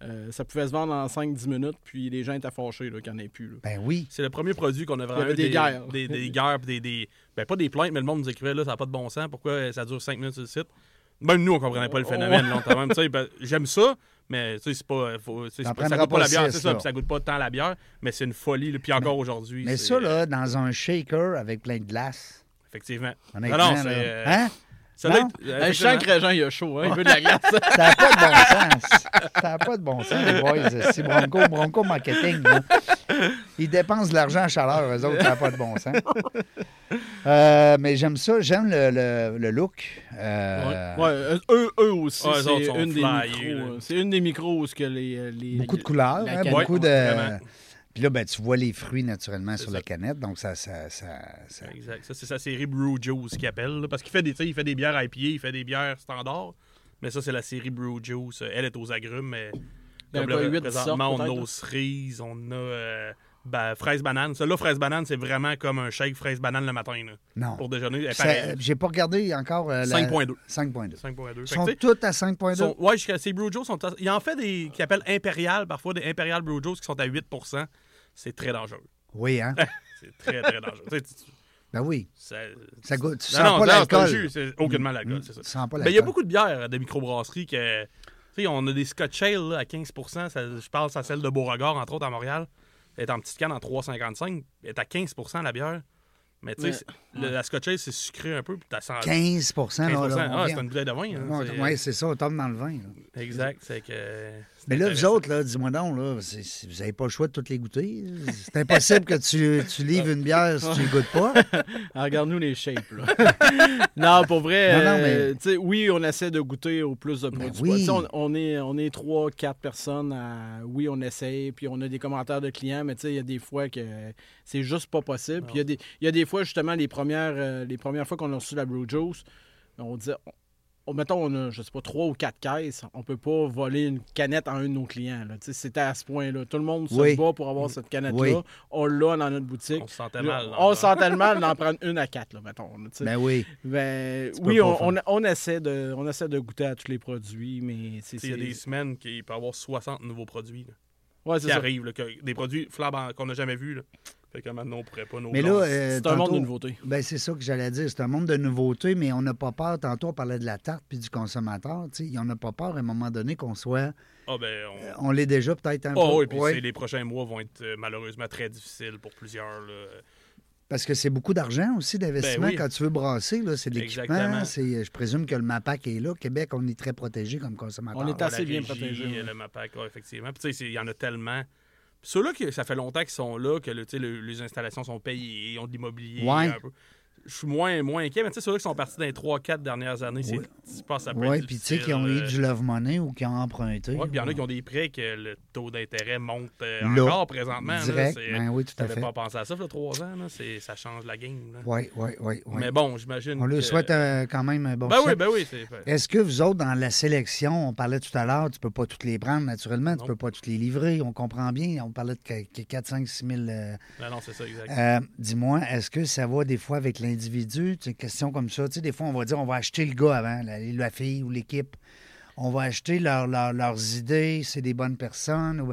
euh, ça pouvait se vendre en 5-10 minutes, puis les gens étaient fâchés là, qu'il n'y en ait plus. là. Ben oui. C'est le premier produit qu'on a vraiment avait eu des guerres. Des, des guerres, pis des, des- ben, pas des plaintes, mais le monde nous écrivait là, ça n'a pas de bon sens, pourquoi euh, ça dure 5 minutes sur le site. Même nous, on comprenait Oh, pas le phénomène longtemps même. Tu sais, ben, J'aime ça, mais tu sais, c'est pas, euh, faut- tu sais, T'en c'est pas- ça prendras goûte pas pas la bière, six, c'est ça, là. puis ça goûte pas tant la bière, mais c'est une folie. là. Puis encore aujourd'hui. Mais c'est- ça, là, dans un shaker avec plein de glace. Effectivement. Honnêtement, non, c'est, là. euh, Hein? Ça doit Non? être- euh, Hey, je sens que Régent, il a chaud, hein, il veut de la glace. Ça n'a pas de bon sens. Ça n'a pas de bon sens, les boys. C'est Bronco, Bronco Marketing. là. Ils dépensent de l'argent à chaleur, eux autres. Ça n'a pas de bon sens. Euh, mais j'aime ça, j'aime le, le- le look. Euh, Ouais, euh, eux, eux aussi, Ouais, eux autres c'est sont une, des flyés, micros, là. euh, c'est une des micros où ce que les, les- Beaucoup de couleurs, la hein, canette, beaucoup de. ouais, vraiment. Puis là, ben, tu vois les fruits naturellement sur ça. la canette, donc ça. ça, ça, ça- Exact. Ça, c'est sa série Brew Juice qu'il appelle. là, parce qu'il fait des, tu sais, il fait des bières IPA, il fait des bières standards. Mais ça, c'est la série Brew Juice. Euh, Elle est aux agrumes, mais Il y en a comme quoi, le- huit présentement, sortes, on a peut-être, aux cerises, on a euh, ben, fraise banane. Celle-là, fraise banane, c'est vraiment comme un shake fraise banane le matin. là, Non. pour déjeuner. Elle est Ça- euh, pareille. J'ai pas regardé encore. euh, la- 5.2. 5.2. 5.2. Ils Fait sont que, tu sais, toutes à 5.2. sont- ouais, jusqu'à ces Brew Juice sont. à- Il en fait des qui appellent impérial, parfois des impérial Brew Juice qui sont à 8 C'est très dangereux. Oui, hein? C'est très, très dangereux. Tu sais, tu- ben oui. ça, Ça goûte. Tu Non, sens non, pas non, c'est un l'alcool. jus, c'est aucunement l'alcool, Mm, c'est ça. tu sens pas Ben, il y a l'alcool. beaucoup de bières de microbrasseries que. Tu sais, on a des Scotch Ale là, à 15 ça, Je parle à celle de Beauregard, entre autres, à Montréal. Elle est en petite canne en 3,55. Elle est à 15 la bière. Mais tu sais, Mais- c'est- le- la Scotch Ale, c'est sucré un peu. Puis t'as 100 15 là, là, on ah, c'est vient- une bouteille de vin. hein, Bon, c'est- ouais, c'est ça, on tombe dans le vin. là. Exact. C'est que. c'est Mais là, vous intéressant. autres, là, dis-moi donc, là, c'est- c'est- vous n'avez pas le choix de toutes les goûter. C'est impossible que tu, tu livres une bière si tu ne goûtes pas. Ah, Regarde-nous les shapes, là. non, pour vrai, Non, non, euh, mais- Ben tu sais, oui, on essaie de goûter au plus de produits. oui. Tu sais, On, on est, on est trois, quatre personnes. à- oui, on essaie, puis on a des commentaires de clients, mais tu sais, il y a des fois que c'est juste pas possible. Puis il y, a des- il y a des fois, justement, les premières, euh, les premières fois qu'on a reçu la Brew Juice, on disait... on- Mettons, on a, je sais pas, trois ou quatre caisses. On peut pas voler une canette à un de nos clients. là. Tu sais, C'était à ce point-là. Tout le monde se Oui. bat pour avoir cette canette-là. Oui. On l'a dans notre boutique. On se sentait Là, mal. On sentait le mal d'en prendre une à quatre, là, mettons. là, tu sais. Ben oui. Ben, Tu oui, peux pas on, on, on essaie de, on essaie de goûter à tous les produits, mais c'est. Tu sais, Il y a c'est- des semaines qu'il peut y avoir 60 nouveaux produits là, Ouais, c'est qui ça. arrivent. là, que- des produits flambants qu'on n'a jamais vus. là. Fait que maintenant, on pourrait pas nos Mais là, gens- euh, C'est un monde de tantôt- nouveautés. Ben, c'est ça que j'allais dire. C'est un monde de nouveautés, mais on n'a pas peur. Tantôt, on parlait de la tarte puis du consommateur. tu sais, On n'a pas peur à un moment donné qu'on soit. Ah, ben, on- On l'est déjà peut-être Euh, un Ah peu. oui, puis Ouais, c'est- les prochains mois vont être euh, malheureusement très difficiles pour plusieurs. là. Parce que c'est beaucoup d'argent aussi d'investissement Ben oui. quand tu veux brasser. là, C'est de l'équipement. Exactement. c'est- Je présume que le MAPAC est là. Québec, on est très protégé comme consommateur. On est à- Assez La bien régie, euh, protégé, ouais. Le MAPAC, ouais, effectivement. Puis tu sais, c'est- il y en a tellement. Puis Ceux-là, que ça fait longtemps qu'ils sont là, que le- tu sais, le- les installations sont payées, ils ont de l'immobilier. Ouais. un peu. Je suis moins, moins inquiet, mais tu sais, ceux-là qui sont partis dans les 3-4 dernières années, c'est, Ouais. je pense que ça peut Oui, être puis tu sais, qui difficile, ont eu euh, du love money ou qui ont emprunté. ouais, puis il y en a qui ont des prêts que le taux d'intérêt monte euh, encore présentement. là. Direct, C'est- ben oui, tout à t'avais fait. pas pensé à ça, là, 3 ans. là. C'est- ça change la game. là. Oui, oui, oui. oui. Mais bon, j'imagine. On leur que- souhaite euh, quand même un bon Ben oui, succès. ben oui. c'est- Est-ce que vous autres, dans la sélection, on parlait tout à l'heure, tu peux pas toutes les prendre naturellement, tu Non. peux pas toutes les livrer, on comprend bien, on parlait de qu- qu- 4, 5, 6 000. euh, Ben non, c'est ça, exact. euh, Dis-moi, est-ce que ça va des fois avec l'individu? C'est une question comme ça. Tu sais, des fois, on va dire, on va acheter le gars avant, la, la fille ou l'équipe. On va acheter leur- leur- leurs idées, c'est des bonnes personnes. Ou,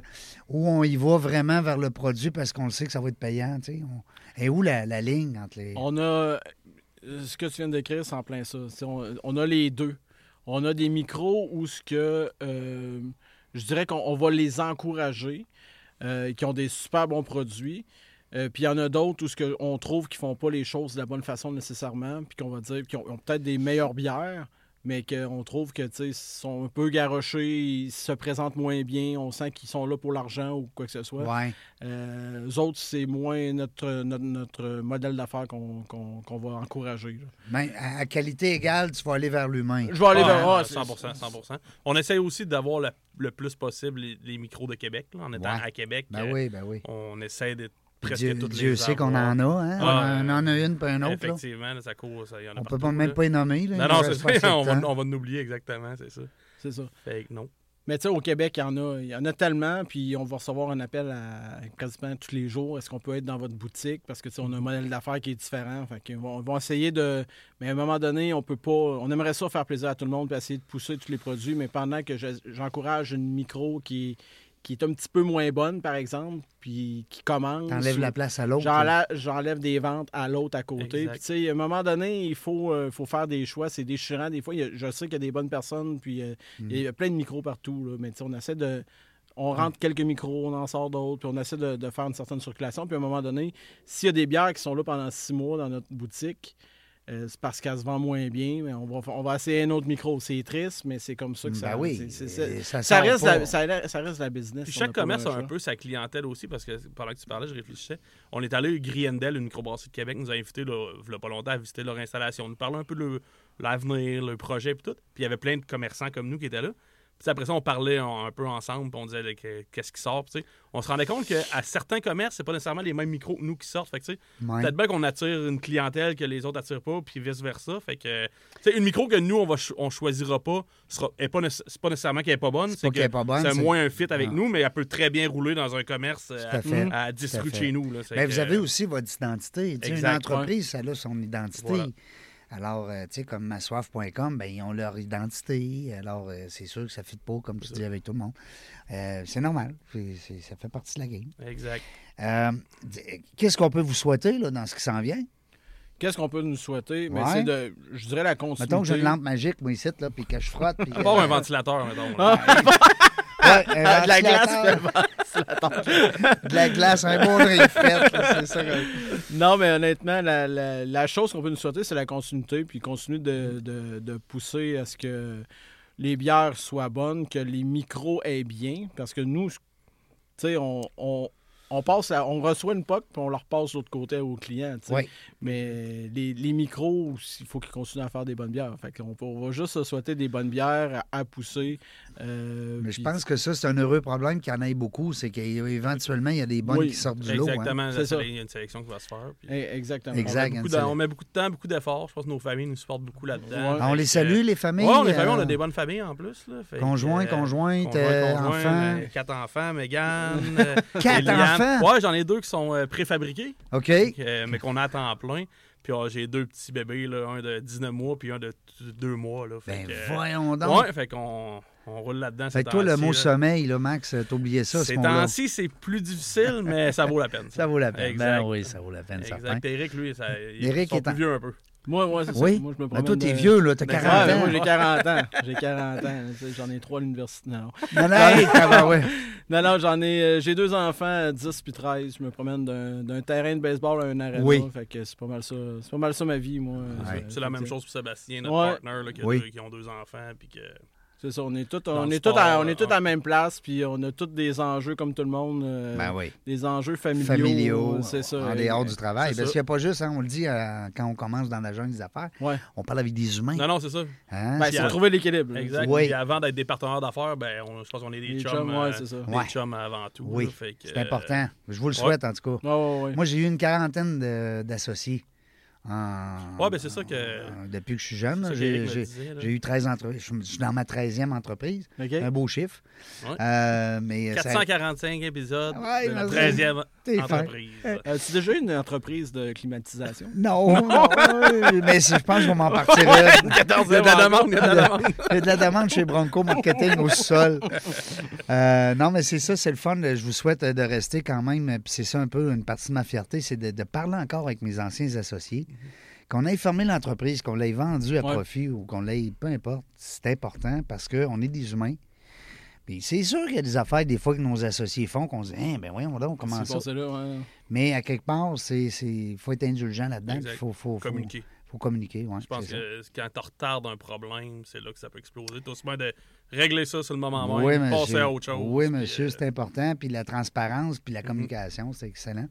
ou on y va vraiment vers le produit parce qu'on le sait que ça va être payant. tu sais. On- Et où la, la ligne entre les... On a. euh, Ce que tu viens de décrire, c'est en plein ça. C'est- On, on a les deux. On a des micros où ce que. euh, je dirais qu'on on va les encourager, euh, qui ont des super bons produits. Euh, puis il y en a d'autres où ce que on trouve qu'ils font pas les choses de la bonne façon nécessairement, puis qu'on va dire qu'ils ont, ont peut-être des meilleures bières, mais qu'on trouve que tu sais, ils sont un peu garochés, ils se présentent moins bien, on sent qu'ils sont là pour l'argent ou quoi que ce soit. Ouais. Euh, eux autres, c'est moins notre, notre, notre modèle d'affaires qu'on qu'on- qu'on va encourager. là. Ben, à, à qualité égale, tu vas aller vers l'humain. Je vais aller Ah, vers. ouais, ah, c'est- 100%, 100%. On essaie aussi d'avoir le, le plus possible les, les micros de Québec, là, en étant Ouais. à Québec. Ben euh, oui, ben oui. On essaie de presque Dieu, toutes Dieu les sait qu'on en a, hein? on Ah, en- on en a une puis un autre, là. Effectivement, là, ça court, ça, il y en a On peut partout, pas, même là. pas les nommer, là. Non, il non, nous reste c'est pas ça. assez On de va, temps. on va l'oublier exactement, c'est ça. C'est ça. Fait que non. Mais tu sais, au Québec, il y, en a, il y en a tellement, puis on va recevoir un appel à quasiment tous les jours. Est-ce qu'on peut être dans votre boutique? Parce que tu sais, on a un modèle d'affaires qui est différent. Fait qu'ils vont- on va essayer de. Mais à un moment donné, on peut pas. On aimerait ça faire plaisir à tout le monde, puis essayer de pousser tous les produits. Mais pendant que je- j'encourage une micro qui, qui est un petit peu moins bonne, par exemple, puis qui commence. T'enlèves ou- la place à l'autre. là. J'enlève, j'enlève des ventes à l'autre à côté. Exact. Puis, tu sais, à un moment donné, il faut, euh, faut faire des choix. C'est déchirant. Des fois, il y a- je sais qu'il y a des bonnes personnes, puis euh, Mm. il y a plein de micros partout. là. mais, tu sais, on essaie de. On rentre quelques micros, on en sort d'autres, puis on essaie de, de faire une certaine circulation. Puis, à un moment donné, s'il y a des bières qui sont là pendant six mois dans notre boutique, Euh, c'est parce qu'elle se vend moins bien, mais on va, on va essayer un autre micro. C'est triste, mais c'est comme ça Mm, que ça. Ben oui, c'est- c'est- et ça, ça ça sort reste pas. la, ça, la- ça reste la business. Puis on chaque n'a pas commerce a choix. un peu sa clientèle aussi, parce que pendant que tu parlais, je réfléchissais. On est allé à Griendel, une microbrasserie de Québec, nous a invités, là, il y a pas longtemps, à visiter leur installation. On nous parlait un peu de l'avenir, le projet, puis tout. Puis il y avait plein de commerçants comme nous qui étaient là. Puis après ça, on parlait un, un peu ensemble, puis on disait là, que- qu'est-ce qui sort. puis tu sais. on se rendait compte qu'à certains commerces, c'est pas nécessairement les mêmes micros que nous qui sortent. Fait que, tu sais, Ouais. Peut-être bien qu'on attire une clientèle que les autres attirent pas, puis vice-versa. Fait que, tu sais, une micro que nous, on va cho- on choisira pas, sera, est pas, nécess- c'est pas nécessairement qu'elle est pas bonne. pas que qu'elle est pas bonne, C'est c'est- moins un fit avec Ah. nous, mais elle peut très bien rouler dans un commerce euh, Tout à fait. à, à 10 Tout à rues de fait. chez nous. là. C'est Mais que- Ben, vous avez aussi votre identité. Tu sais, une Exact, entreprise, ça a son identité. Voilà. Alors, euh, tu sais, comme massoif.com, ben, ils ont leur identité. Alors, euh, c'est sûr que ça ne fit pas, comme tu dis, avec tout le monde. Euh, c'est normal. C'est- c'est- ça fait partie de la game. Exact. Euh, d- Qu'est-ce qu'on peut vous souhaiter là, dans ce qui s'en vient? Qu'est-ce qu'on peut nous souhaiter? Mais Ouais. c'est de, je dirais la continuité. Mettons que j'ai une lampe magique, moi, ici, là, puis que je frotte. puis, À part euh, un ventilateur, mettons. là. Ah, ouais, un De la glace, ventilateur, de la glace, un bon reflet, là, c'est ça. là. Non, mais honnêtement, la, la- la chose qu'on peut nous souhaiter, c'est la continuité, puis continuer de, de- de pousser à ce que les bières soient bonnes, que les micros aient bien, parce que nous, tu sais, on, on- on passe à- on reçoit une POC, puis on la repasse de l'autre côté aux clients, tu sais. Oui. Mais les, les micros, il faut qu'ils continuent à faire des bonnes bières. Fait qu'on on va juste se souhaiter des bonnes bières à, à pousser. euh, Mais je puis- pense que ça, c'est un heureux problème qu'il y en ait beaucoup. C'est qu'éventuellement, il y a des bonnes Oui, qui sortent du lot. hein. Exactement. là, C'est ça. Il y a une sélection qui va se faire. puis- Eh, Exactement. on, Exact, met hein, beaucoup c'est- de- on met beaucoup de temps, beaucoup d'efforts. Je pense que nos familles nous supportent beaucoup là-dedans. Ouais. Ah, on Fait les que- euh, salue, les familles. Ouais, on est famille, on a euh, des bonnes familles en plus. Là, Fait que, Conjoints, euh, conjointes, conjoints, euh, conjoints, enfants. euh, Quatre enfants, Mégane. euh, Quatre Eliane. enfants? Ouais, j'en ai deux qui sont euh, préfabriqués, OK. euh, mais qu'on a à temps plein. Puis euh, j'ai deux petits bébés, là, un de 19 mois puis un de t- 2 mois. Là, fait Ben que, euh, voyons donc. ouais, fait qu'on on roule là-dedans. fait ces que toi, le temps-ci, mot là. sommeil, là, Max, t'as oublié ça, ce Ces mot-là. temps-ci, c'est plus difficile, mais ça vaut la peine. Ça vaut la peine. Exact. Ben oui, ça vaut la peine, certain. Ben, Exact. Eric, lui, ça, il Eric ils sont est plus en- vieux un peu. Moi, ouais, c'est ça. Oui. Moi, je me Ben promène toi, t'es de- vieux, là, t'as Ben, 40 Ouais, ans. moi, j'ai 40 ans. J'ai 40 ans. Tu sais, J'en ai trois à l'université. Non, non. Non, non, hey, tabarouette. non, non, j'en ai. euh, j'ai deux enfants, euh, 10 puis 13. Je me promène d'un d'un terrain de baseball à un arena. Oui. Fait que c'est pas mal ça. C'est pas mal ça ma vie, moi. Ouais. Euh, C'est la même fait que, chose pour Sébastien, notre Ouais. partner, là, qui, a Oui. deux- qui ont deux enfants. Puis que... C'est ça. On est tous, Dans on le est tous à, sport, on est tous à ouais. la même place. Puis on a tous des enjeux comme tout le monde. euh, Ben oui. Des enjeux familiaux. Familiaux, euh, C'est ça. en dehors du travail. c'est Parce ça. qu'il n'y a pas juste, hein, on le dit euh, quand on commence dans la jungle des affaires, Ouais. on parle avec des humains. Non, non, c'est ça. Hein, Ben, c'est- c'est trouver l'équilibre. là. Exact. Oui. Puis avant d'être des partenaires d'affaires, ben, on, je pense qu'on est des Les chums. chums, euh, ouais, c'est ça. Des Ouais. chums avant tout. Oui, là, fait que, c'est euh, important. Je vous le souhaite, en tout cas. Ouais, ouais, ouais. Moi, j'ai eu une quarantaine de- d'associés. en- Ouais, ben, c'est ça que- en- depuis que je suis jeune, ça là, qu'Éric j'ai me j'ai- disait, là. j'ai eu 13 entreprises. Je suis- Je suis dans ma 13e entreprise. OK? Un beau chiffre. Ouais. Euh, mais ça- 445 épisodes Ouais, de la mais- 13e T'es fin. entreprise. Euh, tu as déjà eu une entreprise de climatisation? Non, non, oui, mais c'est- je pense que je vais m'en partirai. Il y a de la demande, il y a de la demande. Il y a de la demande chez Bronco Marketing au sol. Euh, non, mais c'est ça, c'est le fun. Je vous souhaite de rester quand même. euh, Puis c'est ça un peu une partie de ma fierté, c'est de, de parler encore avec mes anciens associés. Qu'on ait fermé l'entreprise, qu'on l'ait vendue à Ouais. profit ou qu'on l'ait, peu importe, c'est important parce qu'on est des humains. Puis c'est sûr qu'il y a des affaires, des fois, que nos associés font, qu'on se dit, eh ben voyons donc, comment C'est ça? passé là, ouais. Mais à quelque part, c'est, c'est- faut être indulgent là-dedans. Il Exact. faut, faut, faut- Communiquer. faut communiquer. ouais, Je pense c'est ça. que quand tu retardes un problème, c'est là que ça peut exploser. T'as aussi bien de régler ça sur le moment Oui, même, passer monsieur. à autre chose. Oui, puis, monsieur, euh, Mhm. c'est important. Puis la transparence, puis la communication, c'est excellent.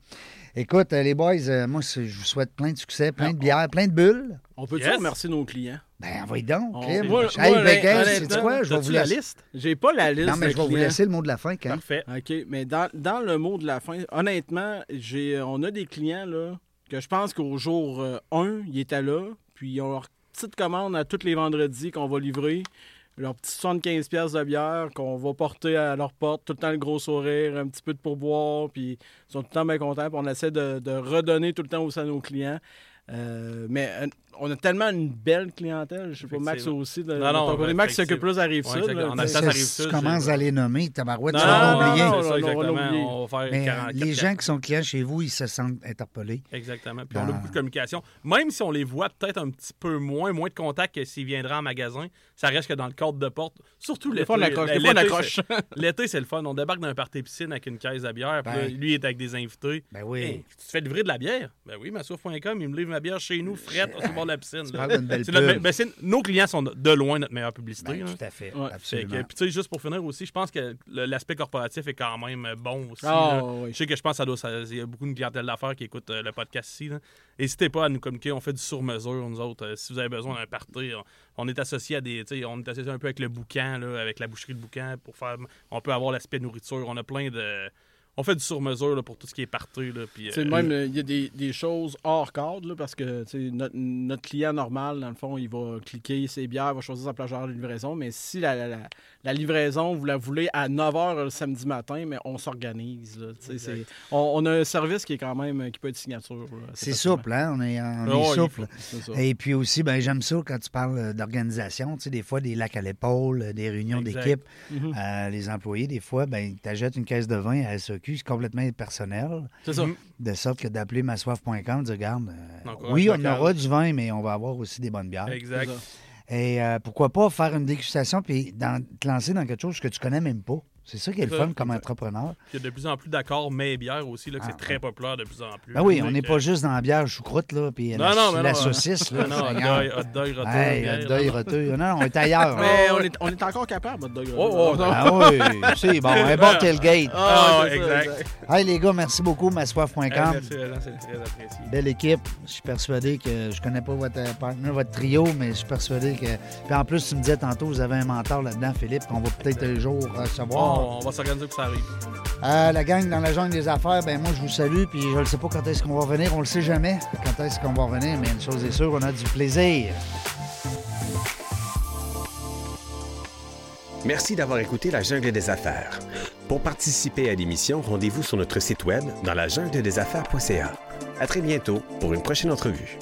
Écoute, euh, les boys, euh, moi, c'est- je vous souhaite plein de succès, Ah, plein de oh. bières, plein de bulles. On peut-tu Yes. remercier nos clients? Ben, envoyez Oh, donc, On- Clem. Moi, hey, moi, Becquet, honnêtement, sais-tu quoi? Je vais t'as-tu vous la laisser... liste? euh, J'ai pas la liste. Non, mais de je vais vous clients. laisser le mot de la fin, quand. Parfait. OK, mais dans, dans le mot de la fin, honnêtement, j'ai, euh, on a des clients là, que je pense qu'au jour euh, 1, ils étaient là, puis ils ont leur petite commande à tous les vendredis qu'on va livrer, leur petit 75$ piastres de bière qu'on va porter à leur porte, tout le temps le gros sourire, un petit peu de pourboire, puis ils sont tout le temps bien contents, puis on essaie de, de redonner tout le temps aussi à nos clients. Euh, mais euh, on a tellement une belle clientèle, je sais pas, Max Effectivement. aussi. De, Non, non, de ton côté. Max s'occupe effectivement. plus à Ouais, Rive-Sud. exactement. là, On tu a sais. ça, ça Ça, arrive si ça, tu commences j'ai- à les nommer, tabarouette, Non, tu non, vas non, oublier. non, c'est on ça, va exactement. l'oublier. On va faire Mais euh, 44 les gens qui sont clients chez vous, ils se sentent interpellés. Exactement. Puis on a Dans- beaucoup de communication. Même si on les voit peut-être un petit peu moins, moins de contact que s'ils viendraient en magasin, ça reste que dans le cadre de porte. Surtout Des l'été. Ben, fois, on accroche. Des fois, on L'été, accroche. c'est- L'été, c'est le fun. On débarque d'un party piscine avec une caisse de bière. Puis là, Ben. lui, il est avec des invités. Ben oui. Hey, tu te fais livrer de la bière? Ben oui, massouf.com, il me livre ma bière chez nous, frette, sur le bord de la piscine. là. parles d'une belle C'est notre pub. me- ben, c'est- nos clients sont de loin notre meilleure publicité. Ben, là. tout à fait, Ouais. Fait que- absolument. Puis tu sais, juste pour finir aussi, je pense que le- l'aspect corporatif est quand même euh, bon aussi. Ah, là. oui. Je sais que je pense que ça doit, ça- il y a beaucoup de clientèle d'affaires qui écoute euh, le podcast ici. là. N'hésitez pas à nous communiquer, on fait du sur-mesure, nous autres. Euh, si vous avez besoin d'un party, on, on est associé à des, tu sais, on est associé un peu avec le boucan, là, avec la boucherie de boucan pour faire, on peut avoir l'aspect nourriture. On a plein de, on fait du sur-mesure là, pour tout ce qui est party. Là, puis, C'est euh, même, euh, il y a des, des choses hors cadre, là, parce que tu sais, notre, notre client normal, dans le fond, il va cliquer ses bières, va choisir sa plage horaire de livraison. Mais si la, la- la- la livraison, vous la voulez à 9 h le samedi matin, mais on s'organise. là, tu sais, c'est- on, on a un service qui est quand même, euh, qui peut être signature. là, assez C'est facilement. souple, hein? On est, on Ah ouais, est il souple. faut- C'est ça. Et puis aussi, ben, j'aime ça quand tu parles euh, d'organisation. Tu sais, des fois, des lacs à l'épaule, euh, des réunions Exact. Mhm. d'équipe. Euh, les employés, des fois, ben, t'achètes une caisse de vin à SEQ, c'est complètement impersonnel. C'est Mhm. ça. De sorte que d'appeler massoif.com, de dire, regarde, euh, Encourage oui, on local. aura du vin, mais on va avoir aussi des bonnes bières. Exact. C'est ça. Et euh, pourquoi pas faire une dégustation puis dans- te lancer dans quelque chose que tu connais même pas. C'est ça qui est le Ça, fun comme exact. entrepreneur. Il y a de plus en plus d'accords, mais bière aussi, là, que c'est très populaire de plus en plus. Ah, Ben oui, Fait on n'est que- pas juste dans la bière choucroute, là, puis hein. Non, la, non, ben la non, hein. saucisse, là. Non, non, hot Seigneur. dog, hot dog, retour, Hey, bière, hot dog, roteux. Non, on est ailleurs. Mais on est, on est encore capable, notre dog. Oh, oh, Ah oui, c'est bon. Un bon tailgate. Ah, Ah, c'est ça, exact. Hey, les gars, merci beaucoup, massoif.com. Eh, merci, Alain, c'est très apprécié. Belle équipe. Je suis persuadé que je connais pas votre euh, partner, votre trio, mais je suis persuadé que. Puis en plus, tu me disais tantôt, vous avez un mentor là-dedans, Philippe, qu'on va peut-être un jour recevoir. Bon, on va s'organiser pour que ça arrive. Euh, la gang dans la jungle des affaires, ben moi je vous salue, puis je ne sais pas quand est-ce qu'on va revenir, on le sait jamais quand est-ce qu'on va revenir, mais une chose est sûre, on a du plaisir. Merci d'avoir écouté La Jungle des Affaires. Pour participer à l'émission, rendez-vous sur notre site web dans la jungle des affaires.ca. À très bientôt pour une prochaine entrevue.